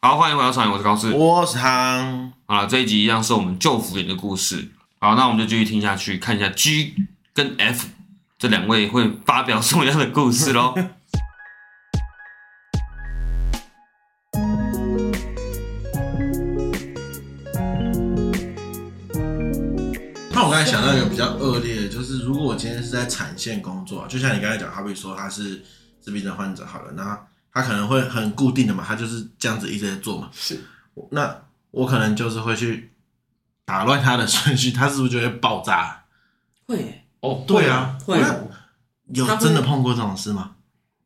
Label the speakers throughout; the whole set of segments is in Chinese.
Speaker 1: 好，欢迎回到少年，我是高士。
Speaker 2: 我是汤，
Speaker 1: 好了，这一集一样是我们旧福林的故事。好，那我们就继续听下去，看一下 G 跟 F 这两位会发表什么样的故事喽。
Speaker 2: 那我刚才想到一个比较恶劣的，就是如果我今天是在产线工作，啊就像你刚才讲，好比说他是自闭症患者好了，那他可能会很固定的嘛，他就是这样子一直在做嘛。
Speaker 3: 是，
Speaker 2: 我那我可能就是会去打乱他的顺序，他是不是就会爆炸？
Speaker 3: 会
Speaker 4: 欸
Speaker 3: 耶，
Speaker 1: 哦，
Speaker 2: 对啊，
Speaker 3: 会
Speaker 2: 那有
Speaker 3: 他会
Speaker 2: 真的碰过这种事吗？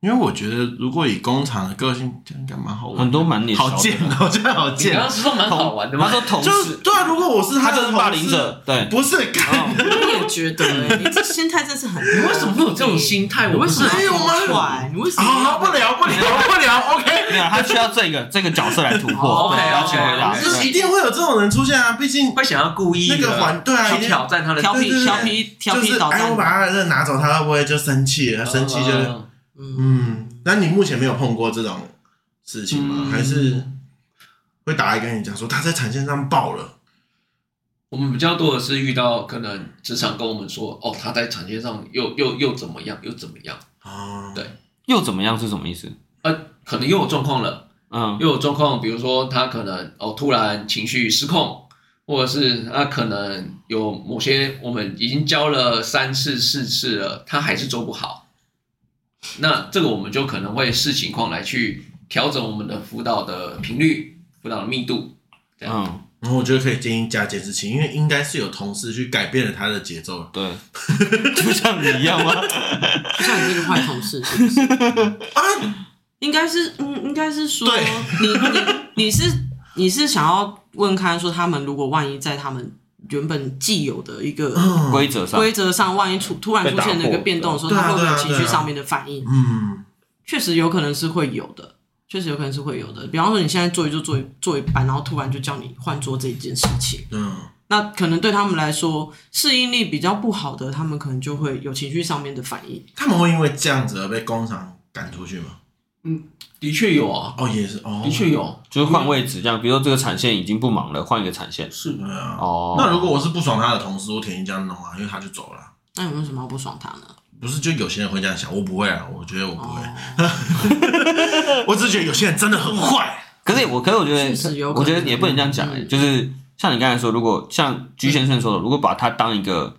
Speaker 2: 因为我觉得，如果以工厂的个性，这样应该蛮好玩 的，
Speaker 1: 很多蛮脸熟的
Speaker 2: 好贱哦，我觉得好
Speaker 3: 你
Speaker 2: 贱
Speaker 3: 刚
Speaker 2: 哦。
Speaker 3: 刚是说蛮好玩的
Speaker 1: 他
Speaker 3: 吗？
Speaker 1: 说同
Speaker 2: 就
Speaker 1: 事，
Speaker 2: 对啊，如果我是
Speaker 1: 他
Speaker 2: 的
Speaker 1: 就是霸凌
Speaker 2: 同事
Speaker 1: 者，对。
Speaker 2: 不是，干
Speaker 1: 哦
Speaker 4: 我也觉得、欸，你这心态真是很……你
Speaker 3: 为什么会有这种？心态？
Speaker 4: 你
Speaker 3: 我
Speaker 4: 为什么啊
Speaker 2: 没有吗
Speaker 4: 要这么坏？你为什
Speaker 2: 好
Speaker 4: 么
Speaker 2: 好
Speaker 4: 要？
Speaker 2: 不聊不聊不聊，OK。
Speaker 1: 没有，他需要这个这个角色来突破，
Speaker 3: 哦
Speaker 1: 对，
Speaker 3: ，OK，
Speaker 1: 要去回答。
Speaker 3: OK，
Speaker 2: 就是
Speaker 1: 对
Speaker 2: 一定会有这种人出现啊，毕竟
Speaker 3: 会想要故意
Speaker 2: 那个环对啊，
Speaker 3: 去
Speaker 2: 一定
Speaker 3: 挑战他的
Speaker 4: 调
Speaker 2: 对对
Speaker 4: 皮、
Speaker 2: 对
Speaker 4: 调皮、调
Speaker 2: 就
Speaker 4: 皮
Speaker 2: 是
Speaker 4: 捣
Speaker 2: 哎，我把
Speaker 4: 蛋。
Speaker 2: 他的拿走，他会不会就生气了？他生气就
Speaker 3: 嗯
Speaker 4: 嗯，
Speaker 2: 嗯，那你目前没有碰过这种事情吗？
Speaker 3: 嗯
Speaker 2: 还是会打来跟你讲说他在产线上爆了？
Speaker 3: 我们比较多的是遇到可能职场跟我们说，哦，他在产线上又又又怎么样，又怎么样，
Speaker 2: 哦，
Speaker 3: 对
Speaker 1: 又怎么样是什么意思？
Speaker 3: 呃，可能又有状况了，
Speaker 1: 嗯，
Speaker 3: 又有状况，比如说他可能哦突然情绪失控，或者是他可能有某些我们已经教了三次四次了，他还是做不好，那这个我们就可能会视情况来去调整我们的辅导的频率、辅导的密度，这样。
Speaker 1: 嗯，
Speaker 2: 然后我觉得可以建议加监视器，因为应该是有同事去改变了他的节奏。
Speaker 1: 对，就像你一样 吗？
Speaker 4: 就像你这个坏同事是 不是？
Speaker 2: 啊，
Speaker 4: 应该是，嗯，应该是说
Speaker 2: 对
Speaker 4: 你你你是你是想要问看说他们如果万一在他们原本既有的一个
Speaker 2: 嗯
Speaker 1: 规则上，
Speaker 4: 规则上，万一出突然出现了
Speaker 1: 被
Speaker 4: 一
Speaker 1: 打
Speaker 4: 个
Speaker 1: 破
Speaker 4: 变动的时候，
Speaker 2: 对啊
Speaker 4: 他会不会
Speaker 2: 对
Speaker 4: 有
Speaker 2: 啊
Speaker 4: 情
Speaker 2: 对
Speaker 4: 绪
Speaker 2: 啊
Speaker 4: 上面的反应？
Speaker 2: 嗯，
Speaker 4: 确实有可能是会有的，确实有可能是会有的。比方说，你现在做一做做一做一半，然后突然就叫你换桌这一件事情，
Speaker 2: 嗯，
Speaker 4: 那可能对他们来说适应力比较不好的，他们可能就会有情绪上面的反应。
Speaker 2: 他们会因为这样子而被工厂赶出去吗？
Speaker 3: 的确有啊，
Speaker 2: 哦，也是哦，
Speaker 3: 的确有，
Speaker 1: 就是换位置这样，比如说这个产线已经不忙了，换一个产线。
Speaker 3: 是
Speaker 2: 对啊。
Speaker 1: 哦，
Speaker 2: 那如果我是不爽他的同事，我铁定这样弄啊，因为他就走了。
Speaker 4: 那你为什么要不爽他呢？
Speaker 2: 不是，就有些人会这样想，我不会啊，我觉得我不会， 我只是觉得有些人真的很坏。
Speaker 1: 可是我，可是我觉
Speaker 4: 确实
Speaker 1: 得
Speaker 4: 有，可
Speaker 1: 我
Speaker 4: 能
Speaker 1: 觉得也不能这样讲、欸，
Speaker 4: 嗯
Speaker 1: 就是像你刚才说，如果像居先生说的，如果把他当一个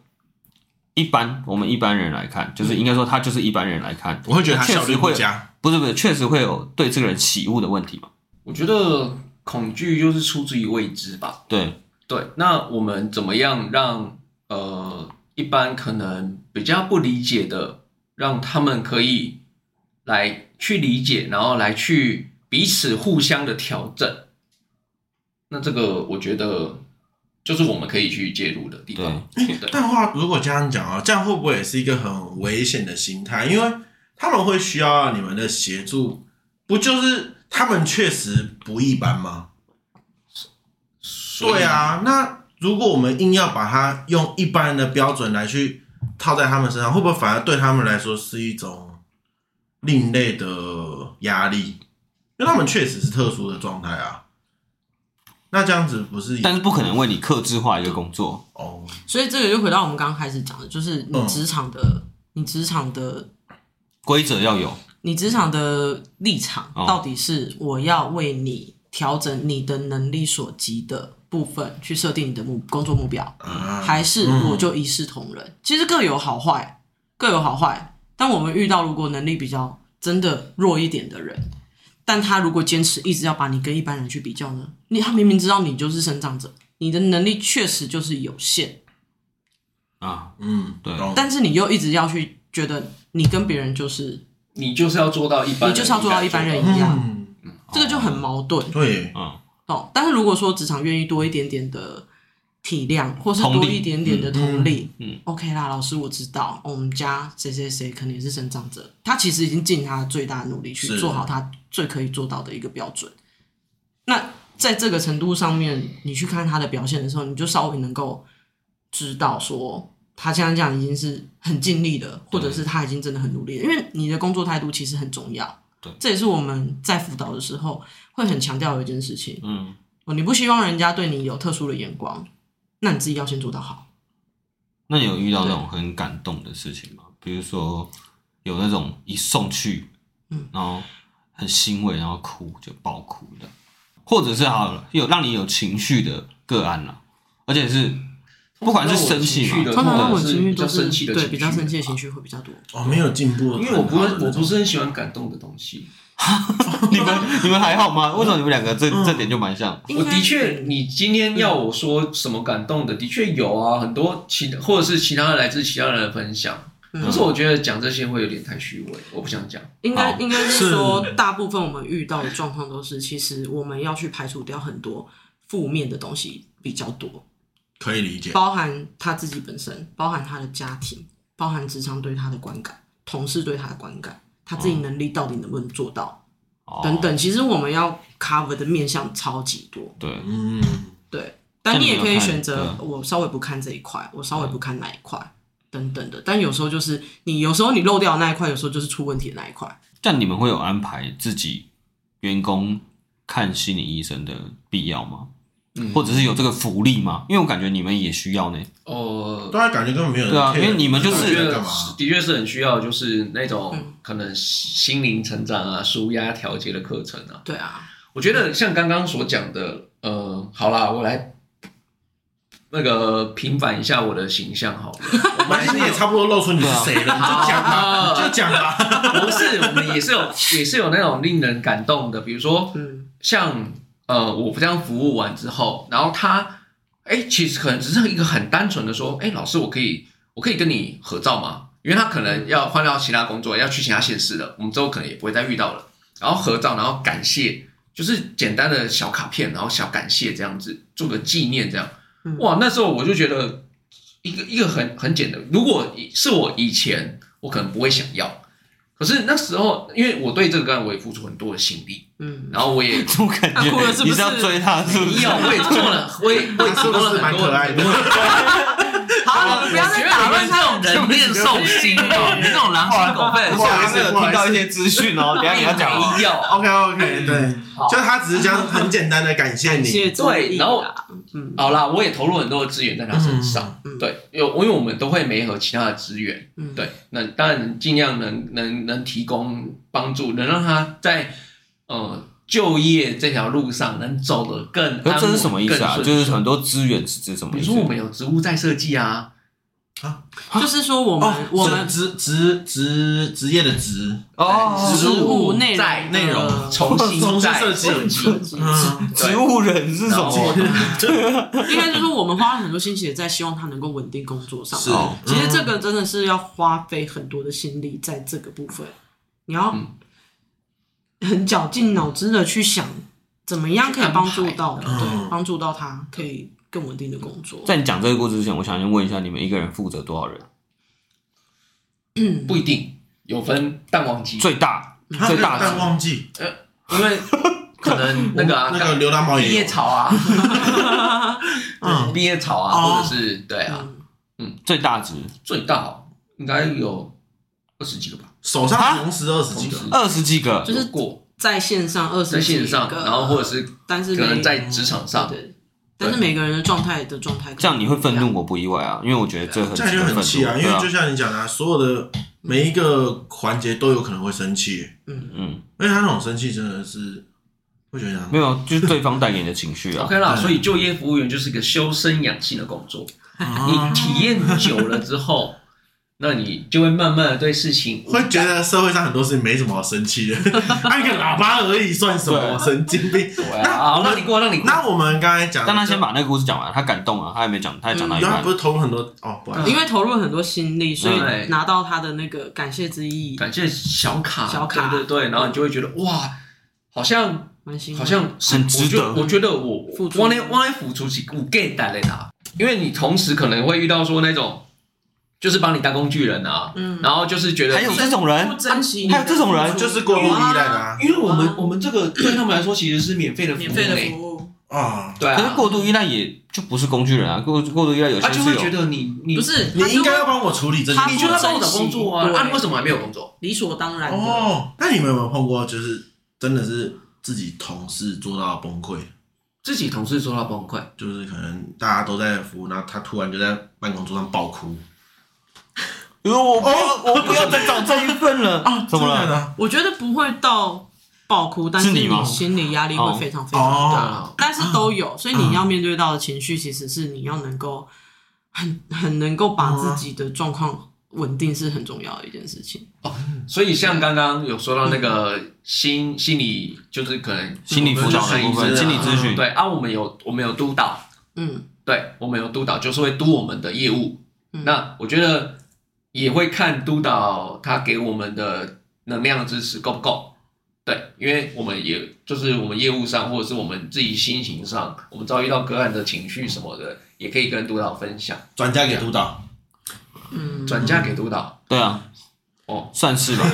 Speaker 1: 一般我们一般人来看，就是应该说他就是一般人来看，
Speaker 2: 嗯我会觉得他
Speaker 1: 确
Speaker 2: 效率
Speaker 1: 实
Speaker 2: 不
Speaker 1: 会，
Speaker 2: 佳。
Speaker 1: 不是不是，确实会有对这个人起悟的问题嘛？
Speaker 3: 我觉得恐惧就是出自于未知吧。
Speaker 2: 嗯
Speaker 1: 对，
Speaker 3: 对，那我们怎么样让呃一般可能比较不理解的，让他们可以来去理解，然后来去彼此互相的调整。那这个我觉得就是我们可以去介入的地方。对，
Speaker 2: 但话如果这样讲啊，这样会不会也是一个很危险的心态？因为他们会需要你们的协助，不就是他们确实不一般吗？对啊，那如果我们硬要把它用一般人的标准来去套在他们身上，会不会反而对他们来说是一种另类的压力？因为他们确实是特殊的状态啊。那这样子不是也
Speaker 1: 但是不可能为你克制化一个工作，
Speaker 2: 哦？
Speaker 4: 所以这个就回到我们刚刚开始讲的，就是你
Speaker 2: 嗯
Speaker 4: 职场的，你职场的，
Speaker 1: 规则要有，
Speaker 4: 你职场的立场
Speaker 1: 哦
Speaker 4: 到底是我要为你调整你的能力所及的部分去设定你的目工作目标，
Speaker 2: 啊
Speaker 4: 还是我就一视同仁。其实各有好坏，各有好坏。但我们遇到如果能力比较真的弱一点的人，但他如果坚持一直要把你跟一般人去比较呢，你他明明知道你就是生长者，你的能力确实就是有限，
Speaker 1: 啊，
Speaker 2: 嗯，
Speaker 1: 对
Speaker 2: 懂
Speaker 4: 但是你又一直要去觉得你跟别人就是
Speaker 3: 你就是要做到一般人，
Speaker 4: 你就是要做到一般人
Speaker 3: 应该做
Speaker 4: 一样，
Speaker 2: 嗯，
Speaker 4: 这个就很矛盾。
Speaker 2: 对，
Speaker 1: 嗯，
Speaker 4: 哦，但是如果说职场愿意多一点点的体谅，或是
Speaker 1: 同
Speaker 4: 多
Speaker 1: 理
Speaker 4: 一点点的同理，
Speaker 1: 嗯嗯
Speaker 4: o k 啦，老师我知道，哦我们家谁谁谁可能也是生长者，他其实已经尽他最大的努力去
Speaker 2: 是
Speaker 4: 做好他最可以做到的一个标准。那在这个程度上面，你去看他的表现的时候，你就稍微能够知道说。他现在这样已经是很尽力了，或者是他已经真的很努力了，因为你的工作态度其实很重要。
Speaker 1: 对
Speaker 4: 这也是我们在辅导的时候会很强调的一件事情。
Speaker 1: 嗯，
Speaker 4: 哦，你不希望人家对你有特殊的眼光，那你自己要先做到好。
Speaker 1: 那你有遇到那种很感动的事情吗？比如说有那种一送去，
Speaker 4: 嗯，
Speaker 1: 然后很欣慰，然后哭就爆哭的，或者是好了有让你有情绪的个案啦，而且是不管是生气嘛
Speaker 3: 呃通常让我情绪的是比较
Speaker 4: 通常让我情绪都
Speaker 3: 生气的
Speaker 4: 对
Speaker 3: 情绪
Speaker 4: 比较生气的
Speaker 3: 吧
Speaker 4: 情绪会比较多。
Speaker 2: 哦，没有进步，
Speaker 3: 因为我不会，
Speaker 2: 很好
Speaker 3: 我不是很喜欢感动的东西。
Speaker 1: 你们你们还好吗？为什么你们两个这、
Speaker 3: 嗯
Speaker 1: 这点就蛮像？
Speaker 4: 应
Speaker 3: 我
Speaker 4: 该嗯
Speaker 3: 的确，你今天要我说什么感动的，的确有啊，很多其或者是其他来自其他人的分享。
Speaker 4: 嗯
Speaker 3: 可是我觉得讲这些会有点太虚伪，我不想讲。
Speaker 4: 应该
Speaker 1: 好
Speaker 4: 应该是说
Speaker 2: 是，
Speaker 4: 大部分我们遇到的状况都是，其实我们要去排除掉很多负面的东西比较多，
Speaker 2: 可以理解。
Speaker 4: 包含他自己本身，包含他的家庭，包含职场对他的观感，同事对他的观感，他自己
Speaker 3: 哦
Speaker 4: 能力到底能不能做到、
Speaker 1: 哦
Speaker 4: 等，等。其实我们要 cover 的面向超级多，
Speaker 1: 对，
Speaker 2: 嗯，
Speaker 4: 对。但
Speaker 1: 但
Speaker 4: 你
Speaker 1: 你
Speaker 4: 也
Speaker 1: 没
Speaker 4: 可
Speaker 1: 有
Speaker 4: 以
Speaker 1: 看
Speaker 4: 选择，
Speaker 1: 对
Speaker 4: 我稍微不看这一块，我稍微不看那一块，等等的。但有时候就是你，有时候你漏掉的那一块，有时候就是出问题的那一块。
Speaker 1: 但你们会有安排自己员工看心理医生的必要吗？
Speaker 3: 嗯
Speaker 1: 或者是有这个福利吗？因为我感觉你们也需要呢。
Speaker 3: 哦、
Speaker 2: 当然感觉根本没有人 care，
Speaker 1: 对啊因为你们就
Speaker 3: 我
Speaker 1: 是
Speaker 2: 你
Speaker 3: 觉
Speaker 2: 在
Speaker 3: 得
Speaker 2: 干嘛？
Speaker 3: 是的确是很需要，就是那
Speaker 4: 嗯
Speaker 3: 种可能心灵成长啊、舒压调节的课程啊。
Speaker 4: 对啊，
Speaker 3: 我觉得像刚刚所讲的，呃，好啦，我来那个平反一下我的形象好了。我们
Speaker 2: 反正你也差不多露出你是 谁了，你就讲 吧，
Speaker 3: 好
Speaker 2: 你就讲吧。
Speaker 3: 不是，我们也是有，也是有那种令人感动的，比如说
Speaker 4: 嗯，
Speaker 3: 像呃，我这样服务完之后，然后他，哎，其实可能只是一个很单纯的说，哎，老师，我可以，我可以跟你合照吗？因为他可能要换到其他工作，要去其他县市了，我们之后可能也不会再遇到了。然后合照，然后感谢，就是简单的小卡片，然后小感谢这样子，做个纪念这样
Speaker 4: 嗯。
Speaker 3: 哇，那时候我就觉得一个一个很很简单，如果是我以前，我可能不会想要。可是那时候，因为我对这个案我也付出很多的心力，
Speaker 4: 嗯，
Speaker 3: 然后 我也
Speaker 1: 我感觉
Speaker 4: 他哭了是不是
Speaker 1: 你是要追他，是不
Speaker 3: 没
Speaker 1: 是
Speaker 3: 有，？我也做了，我 也我也
Speaker 2: 他
Speaker 3: 提
Speaker 2: 是
Speaker 3: 供
Speaker 2: 不
Speaker 3: 了
Speaker 2: 是蛮
Speaker 3: 很
Speaker 2: 可
Speaker 3: 多
Speaker 2: 爱的？
Speaker 4: 好，你不要再打乱他
Speaker 3: 这种人面兽心 哦，你这种狼心狗肺。
Speaker 1: 不好意思，有听到一些资讯哦，等一下你要讲哦。
Speaker 3: 没有，
Speaker 2: OK OK，对，就他只是这样很简单的感谢
Speaker 4: 感
Speaker 2: 你，哦
Speaker 4: 谢之
Speaker 3: 对
Speaker 4: 意啦
Speaker 3: 然后
Speaker 4: 嗯
Speaker 3: 好啦，我也投入很多的资源在他身上。
Speaker 4: 嗯嗯
Speaker 3: 对，有因为我们都会媒合其他的资源，
Speaker 4: 嗯，
Speaker 3: 对，那当然尽量能能能提供帮助，能让他在呃就业这条路上能走得更安稳。
Speaker 1: 可是这是什么意思啊？
Speaker 3: 更顺
Speaker 1: 就是很多资源是指什么
Speaker 3: 比
Speaker 1: 意
Speaker 3: 如
Speaker 1: 思
Speaker 3: 说？我们有职务在设计啊，
Speaker 4: 就是说我们
Speaker 2: 哦，
Speaker 4: 我们
Speaker 2: 职职职职职业的职，
Speaker 1: 哦，
Speaker 4: 职务内容
Speaker 3: 在
Speaker 2: 内容
Speaker 4: 呃
Speaker 3: 重
Speaker 2: 重新
Speaker 3: 新再
Speaker 2: 设计嗯，
Speaker 1: 植物人是什
Speaker 3: 然后
Speaker 1: 么？
Speaker 4: 应该就是说我们花了很多心血在希望他能够稳定工作上。
Speaker 2: 是
Speaker 1: 哦，
Speaker 4: 其实这个真的是要花费很多的心力在这个部分，你要
Speaker 3: 嗯
Speaker 4: 很绞尽脑汁的去想怎么样可以帮助到，
Speaker 3: 去
Speaker 2: 安排
Speaker 4: 对
Speaker 2: 嗯，
Speaker 4: 帮助到他可以更稳定的工作。
Speaker 1: 在你讲这个故事之前，我想先问一下，你们一个人负责多少人？
Speaker 4: 嗯
Speaker 3: 不一定有分淡旺季，
Speaker 1: 最大
Speaker 2: 他
Speaker 1: 最大
Speaker 2: 但
Speaker 1: 的
Speaker 2: 忘记
Speaker 3: 因为可能那个啊，
Speaker 2: 那个流浪猫
Speaker 3: 毕
Speaker 2: 也
Speaker 3: 业
Speaker 2: 有，
Speaker 3: 潮啊，
Speaker 2: 嗯，
Speaker 3: 毕业潮
Speaker 2: 哦
Speaker 3: 啊，或者是对啊，
Speaker 4: 嗯
Speaker 1: 最大值
Speaker 3: 最大应该有二十几个吧，
Speaker 2: 手上同时二十几个
Speaker 3: 同，时
Speaker 1: 二十几个
Speaker 4: 就，是
Speaker 3: 有过
Speaker 4: 在线上二
Speaker 3: 在
Speaker 4: 十
Speaker 3: 线上，然后或者是
Speaker 4: 但是
Speaker 3: 可能
Speaker 4: 每
Speaker 3: 在职场上，
Speaker 4: 对，但是每个人的状态的状态可能
Speaker 1: 这样你会愤
Speaker 4: 不一样
Speaker 1: 怒，我不意外啊，因为我觉得这很
Speaker 2: 这
Speaker 1: 值
Speaker 2: 样就
Speaker 1: 得愤
Speaker 2: 很气啊！
Speaker 1: 怒，
Speaker 2: 因
Speaker 1: 对
Speaker 2: 为
Speaker 1: 啊
Speaker 2: 就，像你讲的啊，所有的每一个环节都有可能会生气，
Speaker 1: 嗯，
Speaker 2: 而且他那种生气真的是会觉得
Speaker 1: 没有，就是对方带给你的情绪啊。
Speaker 3: OK 啦，
Speaker 2: 对
Speaker 3: 所以就业服务员就是一个修身养性的工作。
Speaker 2: 啊
Speaker 3: 你体验久了之后，那你就会慢慢的对事情
Speaker 2: 会觉得社会上很多事情没什么好生气的，按个喇叭而已算什么？
Speaker 1: 对
Speaker 2: 神经病！
Speaker 3: 无感啊，好让你过，让你过。
Speaker 2: 那我们刚才讲的就，
Speaker 1: 但他先把那个故事讲完，他感动啊了，他还没讲，他还讲到一
Speaker 2: 因为他
Speaker 1: 半
Speaker 2: 不。是投入很多哦，不好意思
Speaker 4: 嗯因为投入了很多心力，所以
Speaker 3: 对
Speaker 4: 拿到他的那个感谢之意，
Speaker 3: 感谢小卡，
Speaker 4: 小卡
Speaker 3: 对对对，然后你就会觉得哇，好像
Speaker 4: 蛮心
Speaker 3: 好像是
Speaker 1: 很值得
Speaker 3: 我觉得我
Speaker 4: 付
Speaker 3: 觉
Speaker 4: 出
Speaker 3: 得我我来我来付出几股 get 带来啦，因为你同时可能会遇到说那种就是把你当工具人啊，
Speaker 4: 嗯
Speaker 3: 然后就是觉得
Speaker 1: 还有这种人
Speaker 4: 不，珍惜，
Speaker 1: 还有这种人
Speaker 2: 就是过度依赖的啊。
Speaker 3: 因为我们我们这个对他们来说其实是免费的服务
Speaker 4: 免费的
Speaker 3: 欸
Speaker 4: 服务，
Speaker 2: 啊，
Speaker 3: 对
Speaker 1: 可是
Speaker 3: 啊，
Speaker 1: 过度依赖也就不是工具人啊，过过度依赖有
Speaker 3: 他
Speaker 1: 些
Speaker 3: 就是会
Speaker 1: 有
Speaker 3: 觉得你你
Speaker 4: 不是
Speaker 2: 你
Speaker 4: 他就
Speaker 2: 应该要
Speaker 4: 会
Speaker 2: 帮我处理这件
Speaker 4: 他
Speaker 2: 事。
Speaker 3: 你就在帮我找工作啊，
Speaker 4: 对
Speaker 3: 那、你为什么还没有工作？
Speaker 4: 理所当然的。
Speaker 2: 哦，那你们有没有碰过，就是真的是自己同事做到崩溃？
Speaker 3: 自己同事做到崩溃，
Speaker 2: 就是可能大家都在服务，然后他突然就在办公桌上爆哭。
Speaker 1: 因为哎我不要，我不要再找这一份了啊 怎么
Speaker 2: 真的
Speaker 1: 了？
Speaker 2: 呢？
Speaker 4: 我觉得不会到爆哭，但
Speaker 1: 是你吗
Speaker 4: 心理压力
Speaker 1: 哦
Speaker 4: 会非常非常大，
Speaker 2: 哦
Speaker 4: 但是都有，所以你要面对到的情绪其实是你要能够很很能够把自己的状况稳定是很重要的一件事情。
Speaker 3: 所以像刚刚有说到那个心心理，就是可能
Speaker 1: 心理辅导的部分，心
Speaker 3: 就是心
Speaker 1: 理
Speaker 3: 理
Speaker 1: 咨询，
Speaker 3: 对啊，我们有我们有督导，
Speaker 4: 嗯，
Speaker 3: 对我们有督导，就是会督我们的业务。
Speaker 4: 嗯
Speaker 3: 那我觉得也会看督导他给我们的能量支持够不够。对，因为我们也就是我们业务上，或者是我们自己心情上，我们遭遇到个案的情绪什么的，也可以跟督导分享，
Speaker 2: 转嫁给督导，
Speaker 3: 转嫁给督导。
Speaker 1: 对啊，
Speaker 3: 哦，
Speaker 1: 算是吧。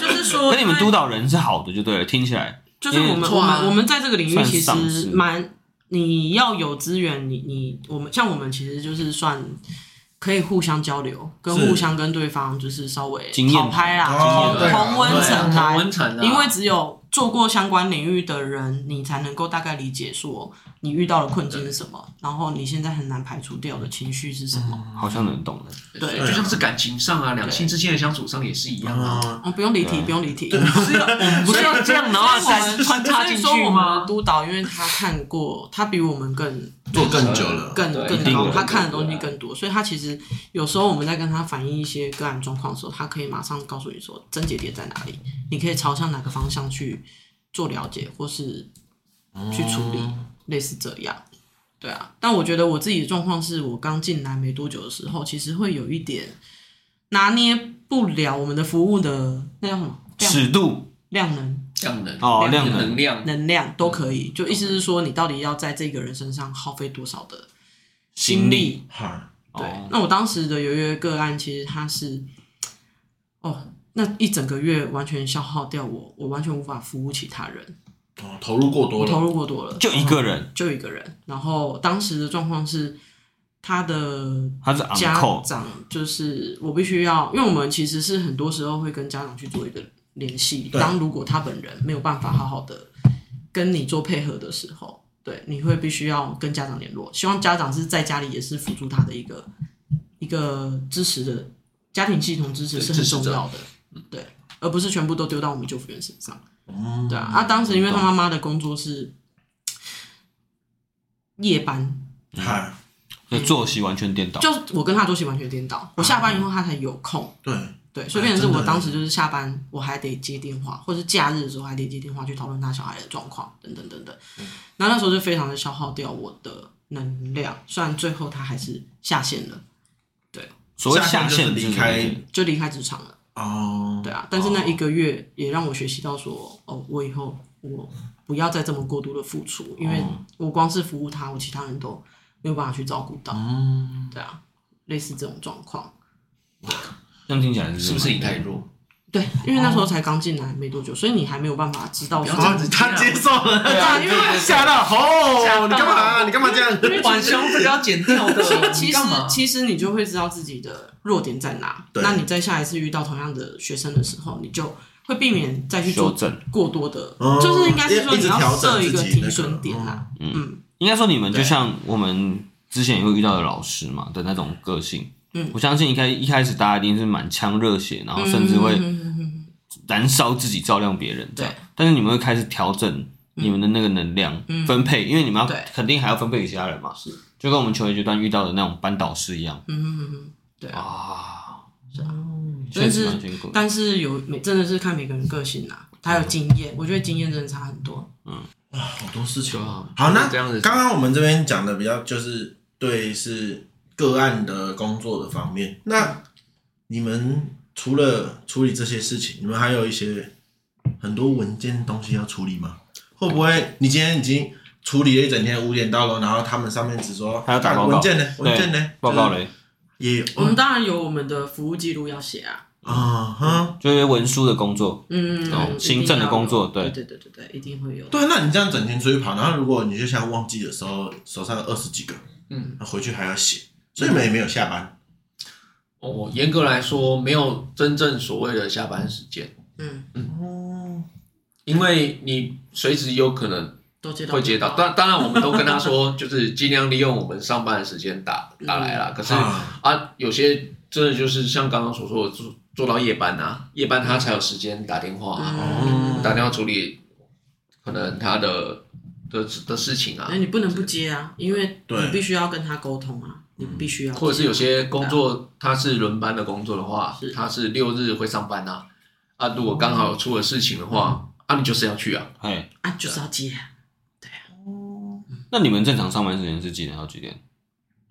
Speaker 4: 就是说，
Speaker 1: 可你们
Speaker 4: 因为
Speaker 1: 督导人是好的，就对了，听起来
Speaker 4: 就是我
Speaker 1: 也
Speaker 4: 们
Speaker 3: 错
Speaker 4: 我
Speaker 3: 啊
Speaker 4: 们我们在这个领域
Speaker 1: 算
Speaker 4: 其
Speaker 1: 丧失
Speaker 4: 实蛮，你要有资源，你你我们像我们其实就是算可以互相交流，跟
Speaker 2: 是
Speaker 4: 互相跟对方就是稍微
Speaker 1: 经验
Speaker 4: 讨拍啦，
Speaker 2: 哦
Speaker 4: 经验同温
Speaker 3: 对啊
Speaker 4: 层
Speaker 3: 同
Speaker 4: 来，
Speaker 3: 温层啊，
Speaker 4: 因为只有做过相关领域的人，你才能够大概理解说你遇到的困境是什么，然后你现在很难排除掉的情绪是什么。
Speaker 1: 好像能懂了。
Speaker 4: 对
Speaker 3: 就像是感情上啊，两性之间的相处上也是一样啊。
Speaker 2: 啊，
Speaker 4: 哦，不用离题，不用离题。
Speaker 3: 是啊，我们不是要这样，然后才穿插进
Speaker 4: 所
Speaker 3: 去
Speaker 4: 以说我们
Speaker 3: 吗？
Speaker 4: 督导，因为他看过，他比我们更
Speaker 2: 做更久了，
Speaker 4: 更
Speaker 3: 对
Speaker 1: 一
Speaker 4: 更
Speaker 1: 定
Speaker 4: 高，
Speaker 1: 的
Speaker 4: 他看的东西更多，所以他其实有时候我们在跟他反映一些个案状况的时候，他可以马上告诉你说症结点在哪里，你可以朝向哪个方向去做了解或是去处理，
Speaker 2: 哦
Speaker 4: 类似这样。对啊，但我觉得我自己的状况是我刚进来没多久的时候，其实会有一点拿捏不了我们的服务的那叫什么量
Speaker 1: 尺度
Speaker 4: 量能
Speaker 3: 量能
Speaker 1: 哦，量能
Speaker 3: 能量
Speaker 4: 能量都可以，就意思是说你到底要在这个人身上耗费多少的心力，
Speaker 2: 哈，
Speaker 4: 对
Speaker 1: 哦，
Speaker 4: 那我当时的有一个个案，其实他是，哦，那一整个月完全消耗掉我，我完全无法服务其他人，
Speaker 2: 哦，投入过多
Speaker 4: 我投
Speaker 2: 了，
Speaker 4: 入过多了，
Speaker 1: 就一个人，
Speaker 4: 就一个人。然后当时的状况是，他的
Speaker 1: 他是
Speaker 4: 家
Speaker 1: uncle，
Speaker 4: 长就是我必须要，因为我们其实是很多时候会跟家长去做一个联系。
Speaker 2: 对
Speaker 4: 当如果他本人没有办法好好的跟你做配合的时候，对，你会必须要跟家长联络。希望家长是在家里也是辅助他的一个一个支持的家庭系统支持
Speaker 3: 对
Speaker 4: 是很
Speaker 3: 支持
Speaker 4: 重
Speaker 3: 者
Speaker 4: 要的，对，而不是全部都丢到我们救护员身上。
Speaker 2: 嗯
Speaker 4: 对啊，啊，当时因为他妈妈的工作是夜班，
Speaker 2: 嗨，
Speaker 1: 就作息完全颠倒。
Speaker 4: 就我跟他作息完全颠倒，我下班以后他才有空。
Speaker 2: 对，
Speaker 4: 对，所
Speaker 2: 啊
Speaker 4: 以
Speaker 2: 哎
Speaker 4: 变成
Speaker 2: 真
Speaker 4: 是
Speaker 2: 的
Speaker 4: 我当时就是下班，我还得接电话，或者是假日的时候还得接电话去讨论他小孩的状况，等等等等。
Speaker 2: 嗯
Speaker 4: 那那时候就非常的消耗掉我的能量，虽然最后他还是下线了，
Speaker 1: 所谓
Speaker 2: 下
Speaker 1: 下
Speaker 2: 线
Speaker 1: 线
Speaker 2: 就是
Speaker 1: 是
Speaker 2: 离开
Speaker 1: 什么意思
Speaker 4: 就离开职场了。
Speaker 2: 哦，
Speaker 4: 对啊，但是那一个月也让我学习到说，哦，我以后我不要再这么过度的付出，因为我光是服务他，我其他人都没有办法去照顾到。对啊，类似这种状况。
Speaker 1: 这样听起来是
Speaker 3: 是不是你太弱？
Speaker 4: 对，因为那时候才刚进来没多久，所以你还没有办法知道
Speaker 3: 不
Speaker 4: 说
Speaker 3: 要这样子
Speaker 2: 他接受了，
Speaker 4: 对啊，因为
Speaker 2: 吓到，哦，你干嘛？你干嘛这样？
Speaker 3: 晚胸这个要剪掉的，
Speaker 4: 其
Speaker 3: 你
Speaker 4: 实
Speaker 3: 干嘛
Speaker 4: 其实你就会知道自己的弱点在哪，
Speaker 2: 对
Speaker 4: 那你在下一次遇到同样的学生的时候，你就会避免再去做
Speaker 1: 修正？
Speaker 4: 过多的，
Speaker 2: 嗯
Speaker 4: 就是应该是说
Speaker 2: 一直
Speaker 4: 你要
Speaker 2: 调整
Speaker 4: 设一个
Speaker 2: 自己那个
Speaker 4: 停损点啦。嗯，
Speaker 1: 应该说你们就像我们之前也会遇到的老师嘛的那种个性。
Speaker 4: 嗯
Speaker 1: 我相信一开一开始大家一定是满腔热血，然后甚至会
Speaker 4: 嗯
Speaker 1: 燃烧自己照亮别人这样。但是你们会开始调整你们的那个能量分配，因为你们要
Speaker 4: 嗯对
Speaker 1: 肯定还要分配给其他人嘛。是，就跟我们求学阶段遇到的那种班导师一样
Speaker 4: 嗯嗯嗯，对啊，
Speaker 1: 啊，
Speaker 4: 但
Speaker 1: 确
Speaker 4: 是
Speaker 1: 实蛮辛苦的。
Speaker 4: 但是有每真的是看每个人个性啦，他有经验，我觉得经验真的差很多。
Speaker 2: 好多事情
Speaker 3: 对
Speaker 2: 啊
Speaker 3: 啊。
Speaker 2: 好，那
Speaker 3: 这样子
Speaker 2: 刚刚我们这边讲的比较就是对是个案的工作的方面。那你们除了处理这些事情，你们还有一些很多文件的东西要处理吗？会不会你今天已经处理了一整天五点到了，然后他们上面只说
Speaker 1: 还要打
Speaker 2: 啊
Speaker 1: 报告
Speaker 2: 文件呢？文件呢
Speaker 4: 嗯
Speaker 1: 对？报告
Speaker 2: 就是
Speaker 1: 嘞，
Speaker 2: 也
Speaker 4: 我们当然有我们的服务记录要写啊，
Speaker 2: 啊哈，
Speaker 1: 就是文书的工作，
Speaker 4: 嗯，
Speaker 1: 哦
Speaker 4: 一定
Speaker 1: 行政的
Speaker 4: 要
Speaker 1: 工作
Speaker 4: 有
Speaker 1: 对
Speaker 4: 对对对对，一定会有。
Speaker 2: 对，啊那你这样整天出去跑，然后如果你就像旺季的时候，手上有二十几个，
Speaker 3: 嗯，
Speaker 2: 那回去还要写，所以你们也没有下班。
Speaker 3: 哦，严格来说，没有真正所谓的下班时间，
Speaker 4: 嗯，
Speaker 2: 哦，
Speaker 3: 因为你随时有可能
Speaker 4: 都接到
Speaker 3: 会接到。
Speaker 4: 但
Speaker 3: 当当然，我们都跟他说， 就是尽量利用我们上班的时间打打来啦。可是
Speaker 2: 啊
Speaker 3: 啊，有些真的就是像刚刚所说的，做做到夜班啊，夜班他才有时间打电话、啊，
Speaker 4: 嗯
Speaker 2: 哦
Speaker 3: 打电话处理可能他的的的事情啊
Speaker 4: 那，哎你不能不接啊，因为你
Speaker 2: 对
Speaker 4: 必须要跟他沟通啊，你必须要接，
Speaker 3: 嗯或者是有些工作他是轮班的工作的话
Speaker 4: 嗯是，嗯
Speaker 3: 他是六日会上班啊。啊，如果刚好有出了事情的话，啊，你就是要去啊。
Speaker 1: 哎，
Speaker 4: 啊，就是要接啊，
Speaker 1: 那你们正常上班时间是几点到几点？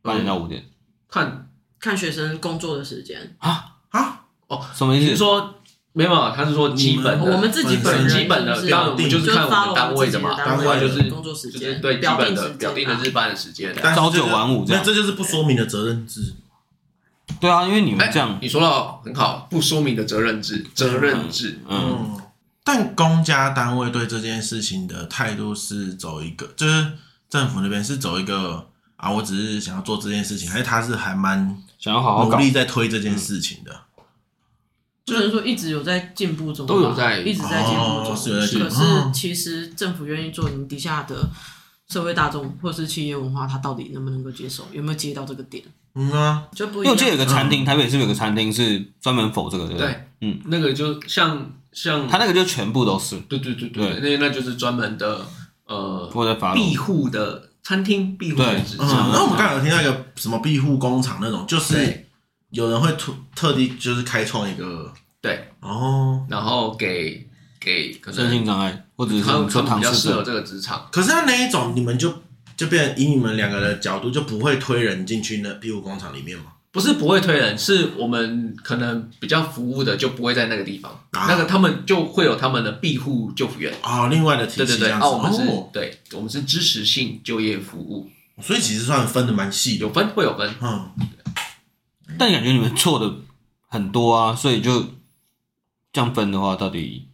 Speaker 1: 八点到五点
Speaker 3: 嗯看
Speaker 4: 看学生工作的时间，
Speaker 2: 啊，
Speaker 4: 嗯
Speaker 1: 什么
Speaker 3: 你
Speaker 1: 意
Speaker 3: 是
Speaker 1: 思？
Speaker 3: 说没有啊？他是说基本
Speaker 2: 你
Speaker 3: 的，
Speaker 4: 我们自己嗯本
Speaker 2: 本
Speaker 4: 人
Speaker 2: 身
Speaker 3: 基本的
Speaker 4: 是不是
Speaker 3: 当然我们就是是看我
Speaker 4: follow
Speaker 3: 们单位
Speaker 4: 自己
Speaker 3: 的
Speaker 4: 的
Speaker 3: 嘛，
Speaker 4: 单
Speaker 2: 位
Speaker 3: 位就
Speaker 2: 的
Speaker 3: 是
Speaker 4: 工作时
Speaker 3: 就是
Speaker 4: 间，
Speaker 3: 对基
Speaker 4: 表
Speaker 3: 本
Speaker 4: 定
Speaker 3: 的
Speaker 4: 时
Speaker 3: 表定
Speaker 4: 间
Speaker 3: 的
Speaker 4: 啊
Speaker 3: 日班的时间。
Speaker 2: 但是
Speaker 1: 朝
Speaker 2: 这
Speaker 1: 九
Speaker 2: 就
Speaker 1: 晚五这样
Speaker 2: 那这就是不说明的责任制。
Speaker 1: 对啊，因为你们
Speaker 3: 哎
Speaker 1: 这样，
Speaker 3: 你说到很好，不说明的责任制，责任制，
Speaker 4: 哎
Speaker 1: 嗯，
Speaker 2: 嗯，但公家单位对这件事情的态度是走一个，就是政府那边是走一个啊，我只是想要做这件事情，还是他是还蛮
Speaker 1: 想要好好
Speaker 2: 努
Speaker 1: 搞，
Speaker 2: 力在推这件事情的。
Speaker 4: 不能说一直有在进步中吧，
Speaker 3: 都有在
Speaker 4: 一直在进步中，
Speaker 2: 哦是有在进步
Speaker 4: 可是其实政府愿意做，你底下的社会大众或是企业文化，他到底能不能够接受，有没有接到这个点，
Speaker 2: 嗯啊，
Speaker 4: 就
Speaker 1: 因
Speaker 4: 不一
Speaker 1: 为
Speaker 4: 样
Speaker 1: 我记得有个餐厅，台北是不是有个餐厅是专门否这个，对不对
Speaker 3: 对？那个就像像
Speaker 1: 嗯他那个就全部都是，
Speaker 3: 对对对对，那那就是专门的呃
Speaker 1: 我在发
Speaker 3: 庇护的餐厅庇护的哦
Speaker 1: 对
Speaker 3: 职
Speaker 2: 嗯，
Speaker 3: 场。
Speaker 2: 那我们刚才有听到一个什么庇护工厂那种，就是
Speaker 3: 对
Speaker 2: 有人会特特地就是开创一个
Speaker 3: 对，
Speaker 2: 哦，
Speaker 3: 然后给给可
Speaker 1: 身
Speaker 3: 能
Speaker 1: 心障碍，或者是
Speaker 3: 他们可
Speaker 1: 说
Speaker 3: 能
Speaker 1: 唐
Speaker 3: 比较
Speaker 1: 氏
Speaker 3: 适合
Speaker 1: 症，
Speaker 3: 这个职场，
Speaker 2: 可是他那一种你们就就变以你们两个的角度就不会推人进去那庇护工厂里面嘛？
Speaker 3: 不是不会推人，是我们可能比较服务的就不会在那个地方，
Speaker 2: 啊
Speaker 3: 那个他们就会有他们的庇护救辅员。
Speaker 2: 哦，另外的体
Speaker 3: 对对
Speaker 2: 系这
Speaker 3: 对，
Speaker 2: 样
Speaker 3: 啊，
Speaker 2: 子
Speaker 3: 我们是、
Speaker 2: 哦。
Speaker 3: 对，我们是支持性就业服务，
Speaker 2: 所以其实算分的蛮细的。
Speaker 3: 有分会有分，
Speaker 4: 哦
Speaker 2: 嗯，
Speaker 1: 但感觉你们错的很多啊，所以就这样分的话，到底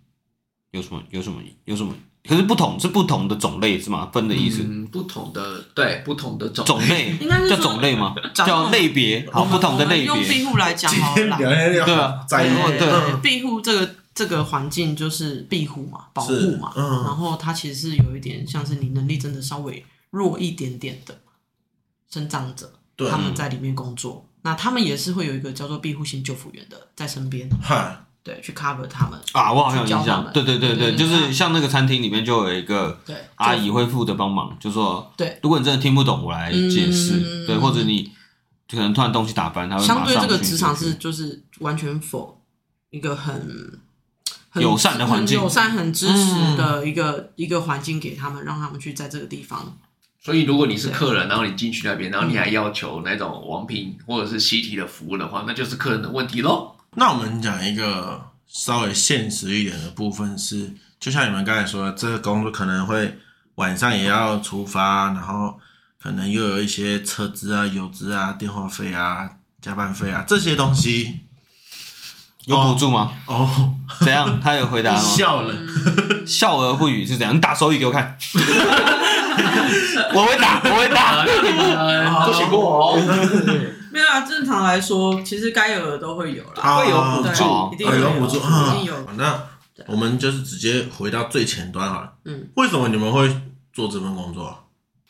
Speaker 1: 有什么有什么有什么？可是不同是不同的种类是吗？分的意思，
Speaker 3: 嗯，不同的对不同的种
Speaker 1: 种
Speaker 3: 类，
Speaker 1: 类
Speaker 4: 应该是
Speaker 1: 叫
Speaker 4: 说
Speaker 1: 种类吗？
Speaker 4: 长
Speaker 1: 叫类 别，好，不同的类
Speaker 4: 我们用
Speaker 1: 别，
Speaker 4: 庇护来讲
Speaker 2: 今
Speaker 4: 好了
Speaker 2: 天
Speaker 4: 啦
Speaker 2: 聊。天聊
Speaker 1: 对啊
Speaker 2: 在
Speaker 1: 哎
Speaker 4: 对
Speaker 1: 对
Speaker 2: 嗯
Speaker 4: 庇护这个这个环境就是庇护嘛，保
Speaker 2: 是
Speaker 4: 护嘛，
Speaker 2: 嗯
Speaker 4: 然后它其实是有一点像是你能力真的稍微弱一点点的生长者，
Speaker 2: 对嗯
Speaker 4: 他们在里面工作，那他们也是会有一个叫做庇护型救辅员的在身边，
Speaker 2: 嗨，
Speaker 4: 对，去 cover 他们，
Speaker 1: 啊，我好像有印
Speaker 4: 去教他
Speaker 1: 象，
Speaker 4: 们
Speaker 1: 对对对对，
Speaker 4: 嗯
Speaker 1: 就是像那个餐厅里面就有一个
Speaker 4: 对，
Speaker 1: 阿姨会负责帮忙，就说，
Speaker 4: 对，
Speaker 1: 如果你真的听不懂，我来解释，
Speaker 4: 嗯
Speaker 1: 对，或者你可能突然东西打翻，他
Speaker 4: 就
Speaker 1: 会
Speaker 4: 相
Speaker 1: 马
Speaker 4: 对
Speaker 1: 上
Speaker 4: 这个
Speaker 1: 去
Speaker 4: 职场
Speaker 1: 解
Speaker 4: 是
Speaker 1: 决
Speaker 4: 就是完全否一个很。很
Speaker 1: 友善的环境嗯
Speaker 4: 很友善、很支持的一个、一个环境给他们，让他们去在这个地方。
Speaker 3: 所以如果你是客人，然后你进去那边，然后你还要求那种王品或者是西提的服务的话，那就是客人的问题喽。
Speaker 2: 那我们讲一个稍微现实一点的部分是，就像你们刚才说的，这个工作可能会晚上也要出发，然后可能又有一些车资啊、油资啊、电话费啊、加班费啊这些东西。
Speaker 1: 有补助吗？
Speaker 2: 哦，
Speaker 1: 怎样？他有回 答吗？
Speaker 2: 笑了，
Speaker 1: 笑而不语是怎样？你打手语给我看， 我会打，我会打。
Speaker 3: 啊，你们都请过我哦。
Speaker 4: 没有啊，正常来说，其实该有的都会有啦。
Speaker 3: 会有
Speaker 2: 啊
Speaker 3: 补
Speaker 4: 对
Speaker 3: 助
Speaker 1: 哦
Speaker 4: 一定
Speaker 2: 哎，
Speaker 4: 会
Speaker 2: 有
Speaker 4: 有
Speaker 2: 补助
Speaker 4: 一
Speaker 2: 啊
Speaker 4: 定有。。
Speaker 2: 那我们就是直接回到最前端好了。
Speaker 4: 嗯，
Speaker 2: 为什么你们会做这份工作啊？